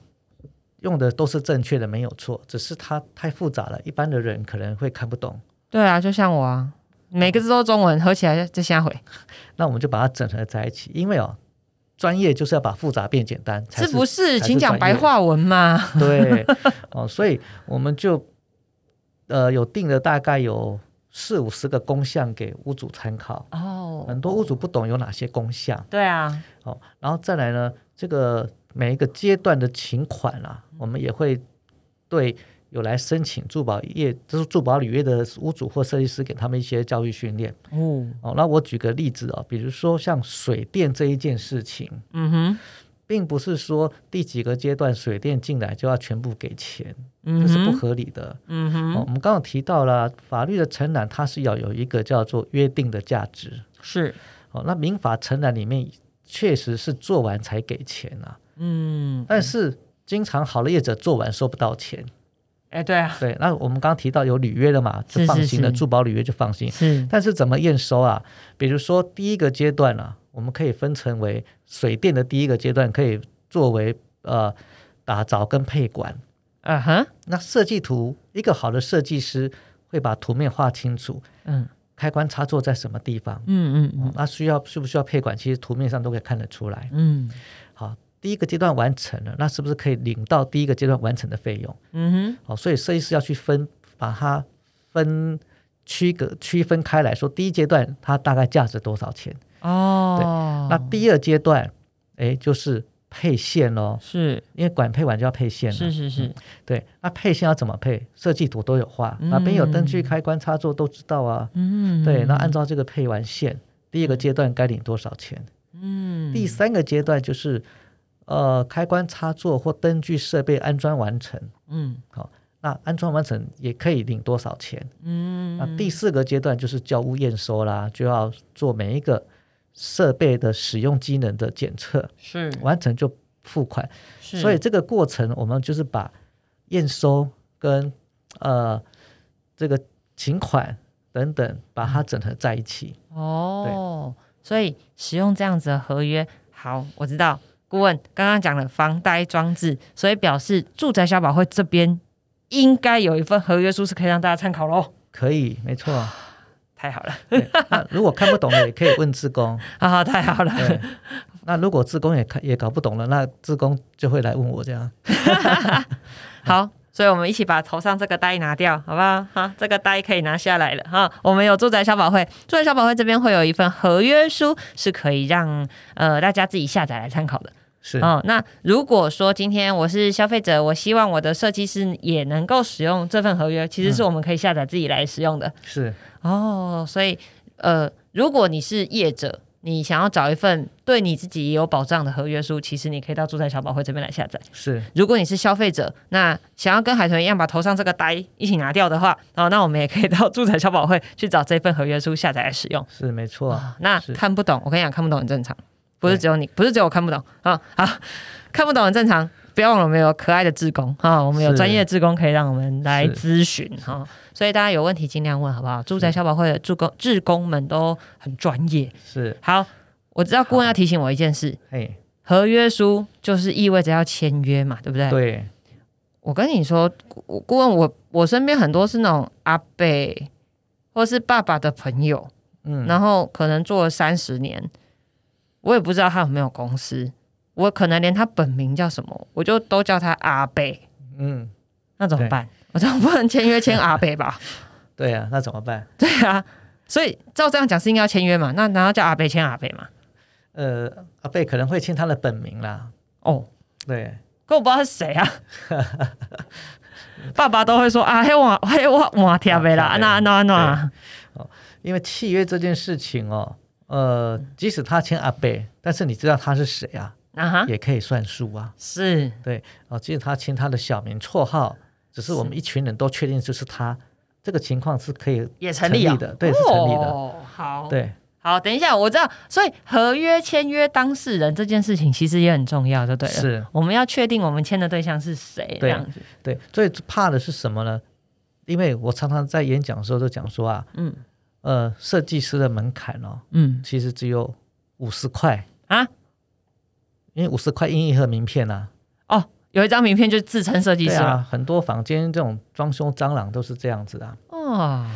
用的都是正确的，没有错，只是它太复杂了，一般的人可能会看不懂。对啊，就像我啊，每个字都中文，合起来再瞎回。那我们就把它整合在一起，因为哦，专业就是要把复杂变简单，才是不是？才请讲专白业话文嘛。对，哦，所以我们就呃有定了大概有四五十个工项给屋主参考，哦很多屋主不懂有哪些工项对啊，哦，然后再来呢，这个每一个阶段的请款啊，我们也会对。有来申请住保业，就是住保履约的屋主或设计师，给他们一些教育训练哦，哦。那我举个例子哦，比如说像水电这一件事情，嗯哼，并不是说第几个阶段水电进来就要全部给钱，嗯这是不哼，合理的。嗯哦哼，我们刚刚提到了法律的承揽，它是要有一个叫做约定的价值。是，哦，那民法承揽里面确实是做完才给钱啊，嗯，但是经常好的业者做完收不到钱。哎，对啊，对，那我们刚刚提到有履约了嘛，是就是放心了，是住保履约就放心。是，但是怎么验收啊？比如说第一个阶段啊，我们可以分成为水电的第一个阶段，可以作为呃打凿跟配管。嗯哼，那设计图，一个好的设计师会把图面画清楚，嗯开关插座在什么地方。嗯嗯嗯那需要需不需要配管？其实图面上都可以看得出来。嗯好，第一个阶段完成了，那是不是可以领到第一个阶段完成的费用？嗯好，所以设计师要去分，把它分区隔区分开来说，第一阶段它大概价值多少钱？哼，哦，那第二阶段，哎，就是配线咯，是因为管配完就要配线了。是是是，对，那配线要怎么配？设计图都有画，嗯哪边有灯具、开关、插座都知道啊。嗯，对，那按照这个配完线，第一个阶段该领多少钱？嗯第三个阶段就是，呃，开关、插座或灯具设备安装完成。嗯那安装完成也可以领多少钱？嗯，那第四个阶段就是交屋验收啦，就要做每一个设备的使用机能的检测，是完成就付款。是，所以这个过程，我们就是把验收跟呃这个请款等等，把它整合在一起。哦，所以使用这样子的合约，好，我知道。顾问刚刚讲了防呆装置，所以表示住宅消保会这边应该有一份合约书是可以让大家参考喽。可以，没错。太好了， 对那如果看不懂的，也可以问志工。啊，太好了，对， 那如果志工也看也搞不懂了，那志工就会来问我这样。好。所以我们一起把头上这个呆拿掉，好不好？哈，这个呆可以拿下来了哈。我们有住宅消保会，住宅消保会这边会有一份合约书，是可以让呃大家自己下载来参考的。是，哦，那如果说今天我是消费者，我希望我的设计师也能够使用这份合约，其实是我们可以下载自己来使用的。是，哦，所以呃，如果你是业者，你想要找一份对你自己也有保障的合约书，其实你可以到住宅小保会这边来下载。是，如果你是消费者，那想要跟海豚一样把头上这个呆一起拿掉的话，哦，那我们也可以到住宅小保会去找这份合约书下载来使用。是，没错。啊那是看不懂，我跟你讲，看不懂很正常，不是对只有你，不是只有我看不懂啊。好，看不懂很正常，不要忘了我们有可爱的志工啊，我们有是专业的志工可以让我们来是咨询哈。所以大家有问题尽量问好不好？住宅是消保会的志工志工们都很专业。是，好，我知道顾问要提醒我一件事，嘿，合约书就是意味着要签约嘛，对不对？对，我跟你说，顾顾问，我我身边很多是那种阿伯或是爸爸的朋友。嗯，然后可能做了三十年，我也不知道他有没有公司，我可能连他本名叫什么，我就都叫他阿贝，嗯，那怎么办？我总不能签约签阿贝吧？ 对呀、那怎么办？对啊，所以照这样讲是应该要签约嘛？那难道叫阿贝签阿贝嘛？呃，阿贝可能会签他的本名啦，哦，对，可我不知道他是谁 啊。爸爸都会说啊，嘿我嘿我我天贝啦，啊那啊那啊那啊，因为契约这件事情哦，呃，嗯即使他签阿贝，但是你知道他是谁啊，啊哈，也可以算数啊。是哦，即使他签他的小名、绰号，只是我们一群人都确定就是他，这个情况是可以也成立啊成立的对是成立的哦，好，对好，等一下，我知道，所以合约签约当事人这件事情其实也很重要，就对了。是，我们要确定我们签的对象是谁，这对啊样子。对。最怕的是什么呢？因为我常常在演讲的时候都讲说啊，嗯呃，设计师的门槛哦，嗯其实只有五十块，啊，因为五十块印一盒名片啊，哦，有一张名片就自称设计对师啊，嘛很多房间这种装修蟑螂都是这样子的啊、哦，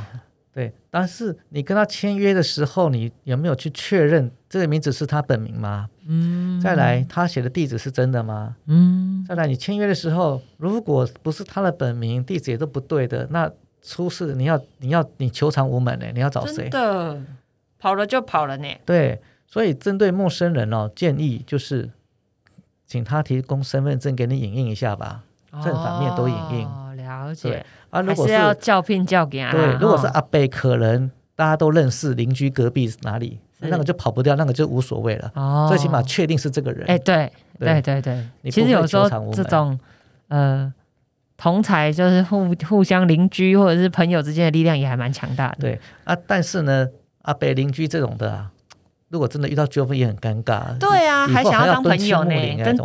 对，但是你跟他签约的时候，你有没有去确认这个名字是他本名吗？嗯再来，他写的地址是真的吗？嗯，再来，你签约的时候，如果不是他的本名、地址也都不对的，那出事你要你要你求偿无门呢、欸你要找真谁？的跑了就跑了呢。对，所以针对陌生人哦，建议就是请他提供身份证给你影印一下吧。正反面都影印哦，了对解。啊，如还果是是要教聘教给啊。对，如果是哦阿贝，可能大家都认识邻居隔壁哪里，是那个就跑不掉，那个就无所谓了。哦，啊最起码确定是这个人。哎，对对对对对，你其不实会有时候求偿无这门种呃同才就是互互相邻居或者是朋友之间的力量也还蛮强大的。对啊，但是呢，阿北邻居这种的啊，如果真的遇到纠纷也很尴尬。对啊，以后还想还要当蹲朋亲友睦呢，邻哎真怎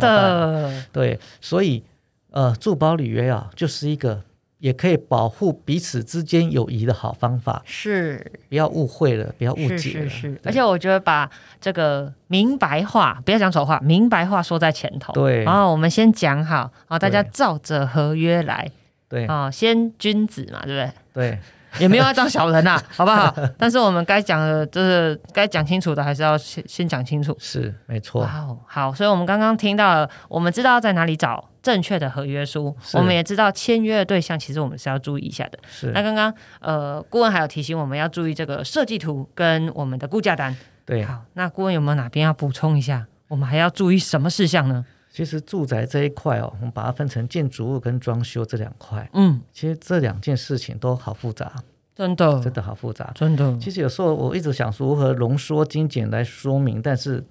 么办的。对，所以呃，住包履约啊，就是一个也可以保护彼此之间友谊的好方法。是不要误会了，不要误是解是了。是，对而且我觉得把这个明白话，不要讲丑话，明白话说在前头。对然后我们先讲好，然后大家对照着合约来对啊，先君子嘛， 对不对？对也没有要当小人呐、好不好？但是我们该讲的，就是该讲清楚的，还是要先先讲清楚。是没错，哇哦，好，所以我们刚刚听到了，我们知道在哪里找正确的合约书，是我们也知道签约的对象，其实我们是要注意一下的。是那刚刚呃，顾问还有提醒我们要注意这个设计图跟我们的估价单。对。好，那顾问有没有哪边要补充一下？我们还要注意什么事项呢？其实住宅这一块哦，我们把它分成建筑物跟装修这两块。嗯，其实这两件事情都好复杂，真的，真的好复杂。真的，其实有时候我一直想如何浓缩精简来说明，但是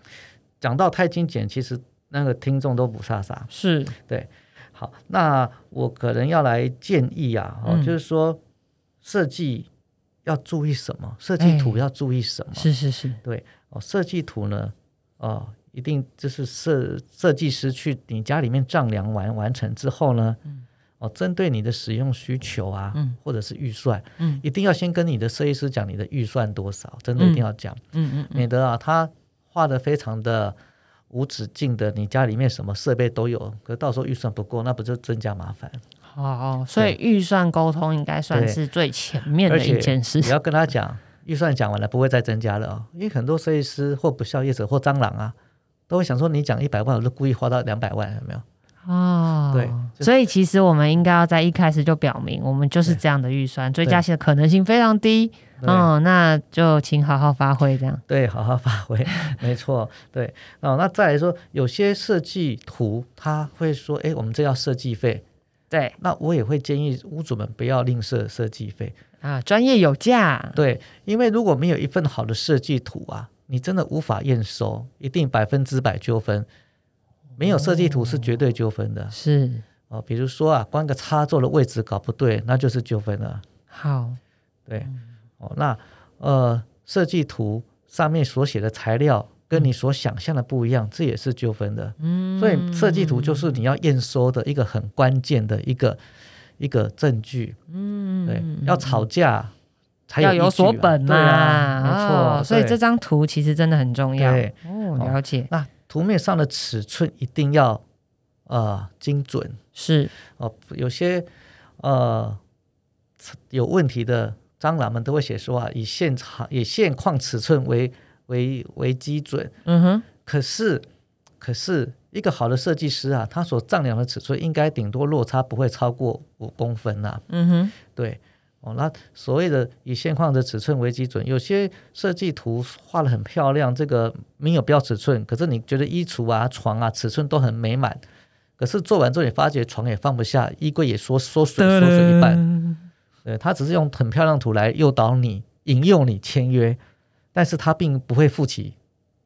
讲到太精简，其实那个听众都不飒飒。是好，那我可能要来建议啊，哦，嗯就是说设计要注意什么，设哎计图要注意什么？是是是，哦，设计图呢，哦，一定就是设设计师去你家里面丈量完完成之后呢，哦，针对你的使用需求啊，嗯或者是预算，嗯一定要先跟你的设计师讲你的预算多少，真的一定要讲，嗯嗯嗯，免得啊他画的非常的。无止境的，你家里面什么设备都有，可到时候预算不够，那不就增加麻烦？好，所以预算沟通应该算对是最前面的而且一件事你。要跟他讲，预算讲完了不会再增加了哦，因为很多设计师或不肖业者或蟑螂啊，都会想说你讲一百万，我就故意花到两百万，有没有？哦，对就所以其实我们应该要在一开始就表明，我们就是这样的预算，追加性的可能性非常低。对、嗯，那就请好好发挥，这样对，好好发挥，没错，对哦。那再来说，有些设计图他会说，哎，我们这要设计费，对那我也会建议屋主们不要吝啬设计费，啊，专业有价，对，因为如果没有一份好的设计图啊，你真的无法验收，一定百分之百纠纷。没有设计图是绝对纠纷的，是哦，比如说啊，光个插座的位置搞不对，那就是纠纷了。好，对，嗯哦，那呃，设计图上面所写的材料跟你所想象的不一样，这也是纠纷的。嗯，所以设计图就是你要验收的一个很关键的一个一个证据。嗯对，要吵架才要有依有据所本对啊，没错。哦所以对这张图其实真的很重要。对，哦，好了解，那图面上的尺寸一定要呃精准。是哦，有些呃有问题的蟑螂们都会写说啊，以现场以现况尺寸为为为基准。嗯哼，可是可是一个好的设计师啊，他所丈量的尺寸应该顶多落差不会超过五公分啊。嗯哼，对，哦，那所谓的以现况的尺寸为基准，有些设计图画的很漂亮，这个没有标尺寸，可是你觉得衣橱啊、床啊尺寸都很美满，可是做完之后你发觉床也放不下，衣柜也缩缩水，缩水一半。噔对，他只是用很漂亮图来诱导你、引诱你签约，但是他并不会负起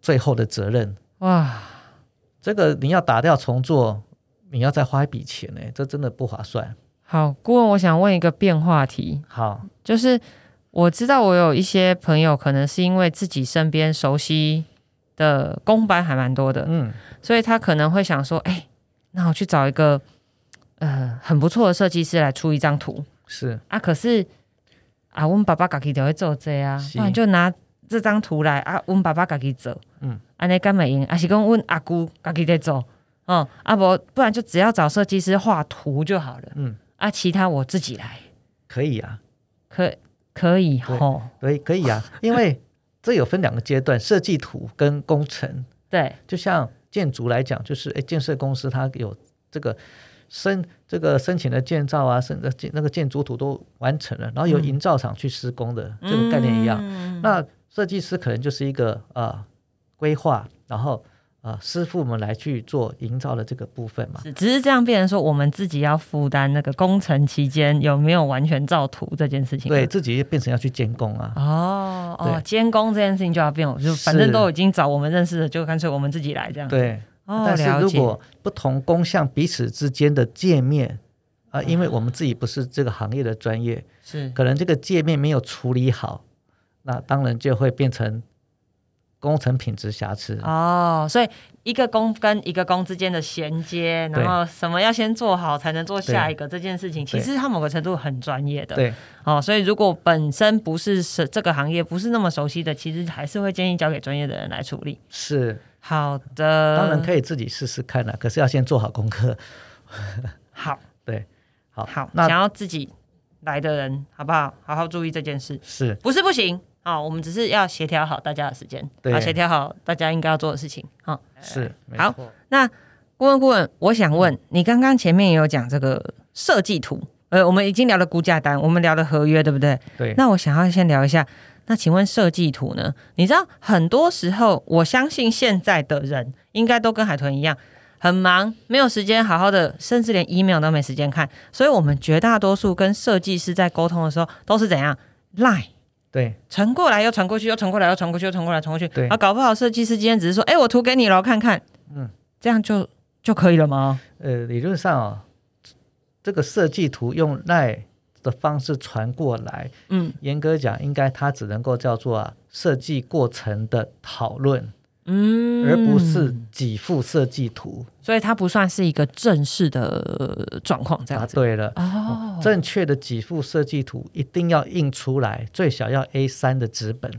最后的责任。哇，这个你要打掉重做，你要再花一笔钱呢、这真的不划算。好，顾问，我想问一个变化题，好，就是我知道我有一些朋友，可能是因为自己身边熟悉的公班还蛮多的，嗯，所以他可能会想说，哎、那我去找一个呃很不错的设计师来出一张图是啊，可是啊，我们爸爸家己就会做这啊，是不然就拿这张图来啊，我们爸爸家己做，嗯嗯，安尼干袂用，啊还是讲阮阿姑家己在做，哦、啊不，不然就只要找设计师画图就好了，嗯嗯，啊，其他我自己来，可以啊，可可以对吼，可以可以 啊，因为这有分两个阶段，设计图跟工程。对，就像建筑来讲，就是诶，建设公司它有这个申这个申请的建造啊，申建那个建筑图都完成了，然后由嗯营造厂去施工的、这个概念一样。嗯那设计师可能就是一个呃规划，然后呃师傅们来去做营造的这个部分嘛。是只是这样变成说，我们自己要负担那个工程期间有没有完全照图这件事情。对，自己变成要去监工啊，哦哦对，监工这件事情就要变，我就是反正都已经找我们认识的，就干脆我们自己来这样。，对。哦，但是了如解。果不同工项彼此之间的界面啊、因为我们自己不是这个行业的专业，是可能这个界面没有处理好，那当然就会变成工程品质瑕疵。哦，所以一个工跟一个工之间的衔接，对然后什么要先做好才能做下一个这件事情，其实它某个程度很专业的。对，哦，所以如果本身不是是这个行业不是那么熟悉的，其实还是会建议交给专业的人来处理。是，好的，当然可以。以自己试试看啦、可是要先做好功课。好。对，好，好，那想要自己来的人，好不好？好好注意这件事，是不是不行啊、我们只是要协调好大家的时间，对啊，协调好大家应该要做的事情。好、是，没好错那顾问顾问，我想嗯问你，刚刚前面也有讲这个设计图，呃，我们已经聊了估价单，我们聊了合约，对不对？对，那我想要先聊一下，那请问设计图呢？你知道，很多时候我相信现在的人应该都跟海豚一样，很忙，没有时间好好的，甚至连 email 都没时间看。所以，我们绝大多数跟设计师在沟通的时候，都是怎样 line。对，传过来又传过去，又传过来又传过去，又传过来传过去，对啊，搞不好设计师今天只是说，哎、我图给你了，看看，嗯嗯，这样就就可以了吗？呃，理论上啊、这个设计图用赖的方式传过来，嗯严格讲，应该它只能够叫做啊设计过程的讨论，嗯而不是，给付设计图。所以它不算是一个正式的呃状况，这答样子。对了。哦，正确的给付设计图一定要印出来，最小要 A 三的纸本，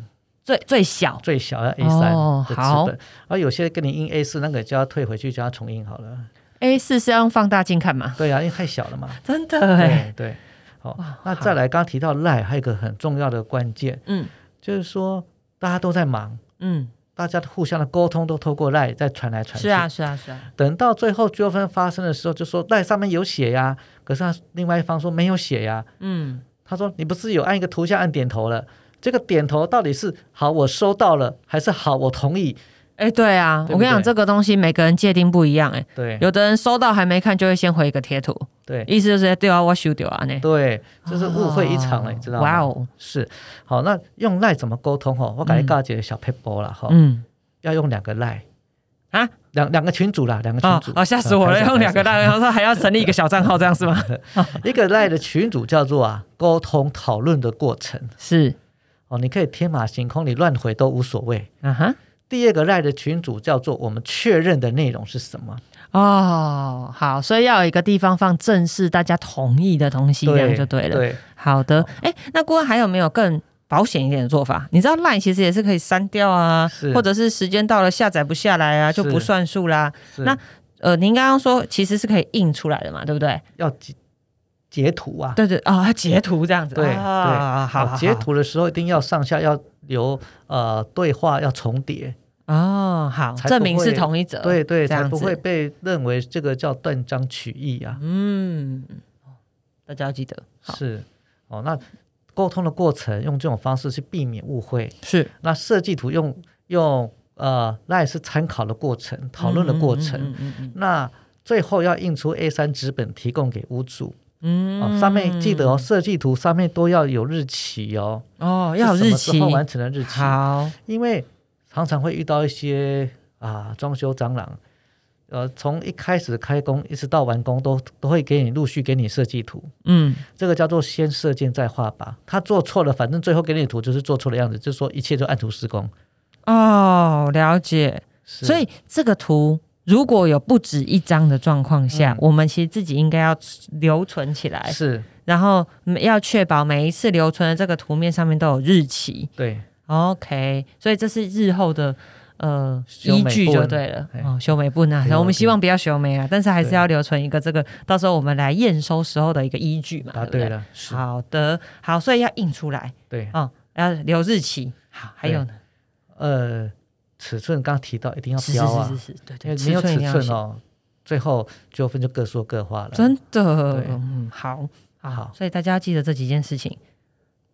最最小最小要 A 三哦的纸好本。而有些跟你印 A 四，那个就要退回去，就要重印好了。 A 四是要用放大镜看吗？对啊，因为太小了嘛。真的哎，对对，好哇。那再来，刚刚提到赖，还有一个很重要的关键，嗯就是说大家都在忙，嗯，大家互相的沟通都透过赖在传来传去。是啊是啊是啊，等到最后纠纷发生的时候，就说赖上面有写呀，可是他另外一方说没有写呀，嗯，他说：“你不是有按一个图像按点头了？这个点头到底是好我收到了，还是好我同意哎、对啊，对不对我跟你讲，这个东西每个人界定不一样哎、？”对有的人收到还没看，就会先回一个贴图，对意思就是对啊，我修掉啊呢，对，这是误会一场了，哦你知道吗？哇哦，是好，那用赖怎么沟通？哦，我感觉告姐小 paper 了哈，嗯。要用两个赖啊，两两个群主啦，两个群哦主嗯哦，吓死我了！用两个，大，然后说还要成立一个小账号，这样是 吗？呃一个赖的群主叫做啊沟通讨论的过程是，哦，你可以天马行空，你乱回都无所谓。啊哈，第二个赖的群主叫做我们确认的内容是什么？ 哦，好，所以要有一个地方放正式大家同意的东西，这样就对了。对，好的，哎，那顾问还有没有更保险一点的做法？你知道 LINE 其实也是可以删掉啊是，或者是时间到了下载不下来啊，是就不算数啦。是那呃，您刚刚说其实是可以印出来的嘛，对不对？要截截图啊。对对啊，它截图这样子。对啊，好，好好截。图的时候一定要上下要留呃对话要重叠，哦，好，才不证明是会同一者，对对，呃这才样不子会被认为这个叫断章取义啊。嗯，大家要记得，好是哦，那沟通的过程用这种方式去避免误会。是那设计图用用呃，那也是参考的过程，讨论的过程。嗯嗯嗯那最后要印出 A 3纸本提供给屋主嗯哦，上面记得哦，设计图上面都要有日期哦，哦，要有是什日么期时，候完成的日期，好，因为常常会遇到一些啊装修蟑螂，呃，从一开始开工一直到完工都都会给你陆续给你设计图，嗯，这个叫做先射箭再画靶。他做错了，反正最后给你的图就是做错的样子，就说一切就按图施工。哦，了解。是所以这个图如果有不止一张的状况下，嗯我们其实自己应该要留存起来，是然后嗯要确保每一次留存的这个图面上面都有日期。对 OK，所以这是日后的。呃，修依美据部就分对了哎哦，修眉不难对，我们希对望不要修眉啊，但是还是对要留存一个这个，到时候我们来验收时候的一个依据嘛，答对不对对？了，是好的，好，所以要印出来对。哦，要留日期。好，还有呢，呃，尺寸刚提到一定要是是标是啊是，是，对因对，为没有一尺定要寸写哦，最后纠纷就各说各话了。真的对，嗯，好，好好，所以大家要记得这几件事情：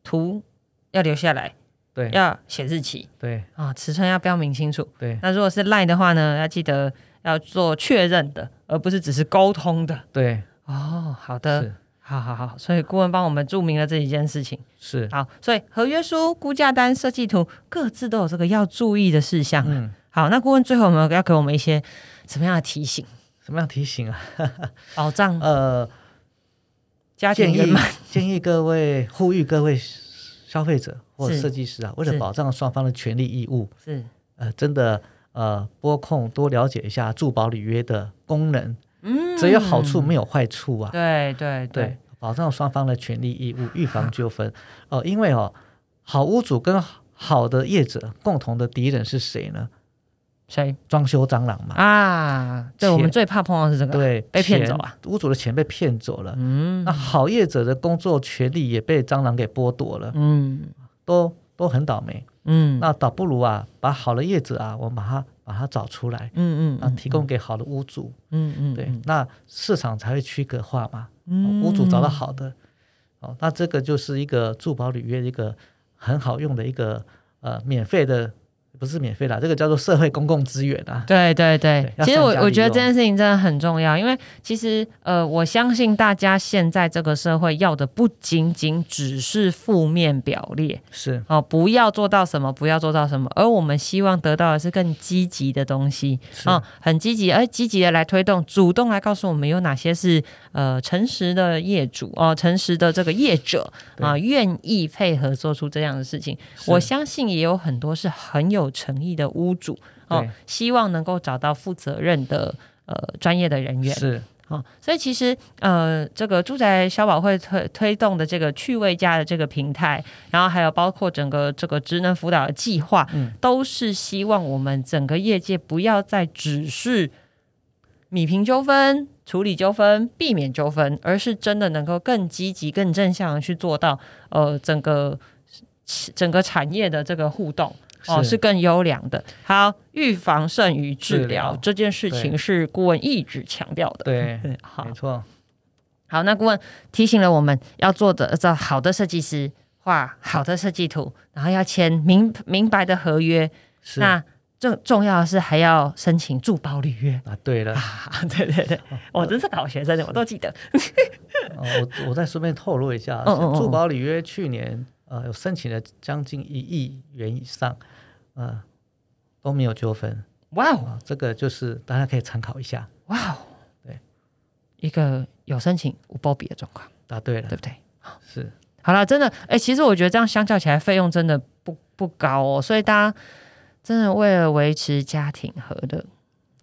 图要留下来，对要写日期对啊，尺寸要标明清楚。对那如果是 line 的话呢，要记得要做确认的，而不是只是沟通的。对哦，好的，是好好好，所以顾问帮我们注明了这几件事情。是好，所以合约书、估价单、设计图各自都有这个要注意的事项。嗯，好，那顾问最后有没有要给我们一些什么样的提醒？什么样提醒啊？保障呃，家建庭圆议满 建议各位呼吁各位消费者或者是设计师啊，为了是保障双方的权利义务，是，呃，真的呃，拨空多了解一下住保履约的功能，嗯只有好处没有坏处啊。对对对对，，保障双方的权利义 务，预防纠纷。哦、因为哦，好屋主跟好的业者共同的敌人是谁呢？谁装修蟑螂嘛。啊？对，钱我们最怕碰到是这个，对，被骗钱走啊，屋主的钱被骗走了。嗯那好业者的工作权利也被蟑螂给剥夺了，嗯都都很倒霉。嗯，那倒不如啊，把好的业者啊，我们把它把它找出来，嗯嗯啊，提供给好的屋主，嗯嗯对，那市场才会区隔化嘛。嗯哦屋主找到好的，哦，那这个就是一个住保履约一个很好用的一个呃免费的，不是免费啦，这个叫做社会公共资源啊。对对对对，要其实我善加利我觉得这用件事情真的很重要，因为其实呃，我相信大家现在这个社会要的不仅仅只是负面表列是哦，不要做到什么，不要做到什么，而我们希望得到的是更积极的东西是、哦，很积极，而积极的来推动，主动来告诉我们有哪些是呃诚实的业主哦，诚实的这个业者对啊，愿意配合做出这样的事情。是我相信也有很多是很有诚意的屋主哦对，希望能够找到负责任的呃专业的人员是哦，所以其实呃，这个住宅消保会推推动的这个趣味家的这个平台，然后还有包括整个这个职能辅导的计划，嗯都是希望我们整个业界不要再只是米平纠纷、处理纠纷、避免纠纷，而是真的能够更积极、更正向的去做到呃整个整个产业的这个互动。哦，是更优良的。好，预防胜于治治疗疗这件事情对是顾问一直强调的。对，对，好没错，好，那顾问提醒了我们要做的这好的设计师画好的设计图，然后要签明明白的合约。是啊，那重重要的是还要申请住保履约。对了，啊， 对对对，我真是个好学生，我都记得。哦我我再顺便透露一下，嗯嗯嗯住保履约去年呃有申请了将近一亿元以上，呃都没有纠纷哇哦啊，这个就是大家可以参考一下。哇哦，对，一个有申请无包比的状况，答对了对，不对？是好了，真的，哎、其实我觉得这样相较起来，费用真的不不高哦，所以大家真的为了维持家庭和乐，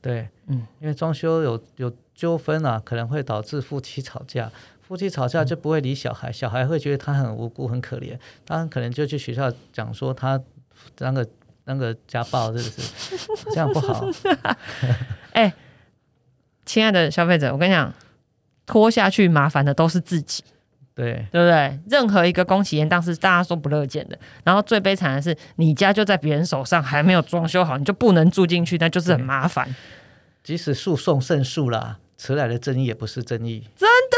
对，嗯，因为装修有有纠纷啊，可能会导致夫妻吵架，夫妻吵嗯架就不会理小孩，小孩会觉得他很无辜、很可怜，他可能就去学校讲说他那个那个家暴，是不是？ 这样不好，哎亲爱的消费者，我跟你讲，拖下去麻烦的都是自己。对，对不对？任何一个供起延宕是大家说不乐见的。然后最悲惨的是，你家就在别人手上，还没有装修好，你就不能住进去，那就是很麻烦。即使诉讼胜诉啦，迟来的正义也不是正义。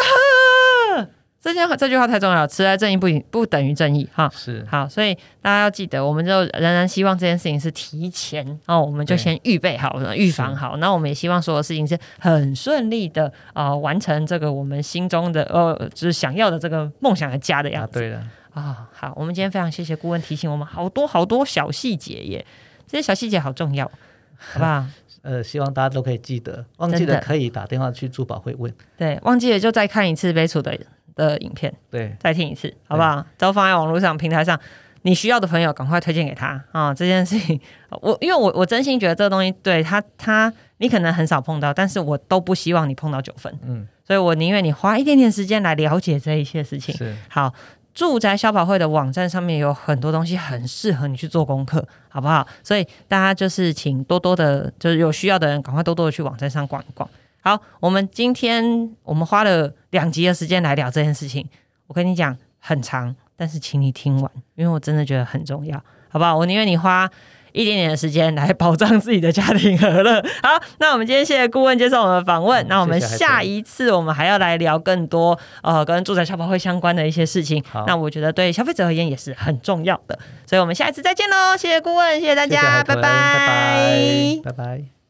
啊这件这句话太重要了，迟来正义不一不等于正义哈。是，好，所以大家要记得，我们就仍然希望这件事情是提前，然后我们就对先预备好了，预防好。那我们也希望所有事情是很顺利的啊、呃完成这个我们心中的呃，就是想要的这个梦想的家的答样子对了，啊、好，我们今天非常谢谢顾问提醒我们好多好多小细节耶，这些小细节好重要，好不好？ 呃，希望大家都可以记得，忘记真了的可以打电话去珠宝会问。对，忘记了就再看一次北楚的的影片。对，再听一次，好不好？都放在网络上平台上，你需要的朋友赶快推荐给他啊、这件事情， 我因为我我真心觉得这个东西对他他你可能很少碰到，但是我都不希望你碰到九分，嗯，所以我宁愿你花一点点时间来了解这一些事情。是，好，住宅消保会的网站上面有很多东西很适合你去做功课，好不好？所以大家就是请多多的，就是有需要的人赶快多多的去网站上逛一逛。好，我们今天我们花了两集的时间来聊这件事情，我跟你讲很长，但是请你听完，因为我真的觉得很重要，好不好？我宁愿你花。一点点的时间来保障自己的家庭和乐。好，那我们今天谢谢顾问接受我们的访问。嗯那我们谢谢海下豚一次我们还要来聊更多呃跟住宅消保会相关的一些事情好。那我觉得对消费者而言也是很重要的，所以我们下一次再见喽！谢谢顾问，谢谢大谢谢家，海拜豚拜拜拜，拜拜。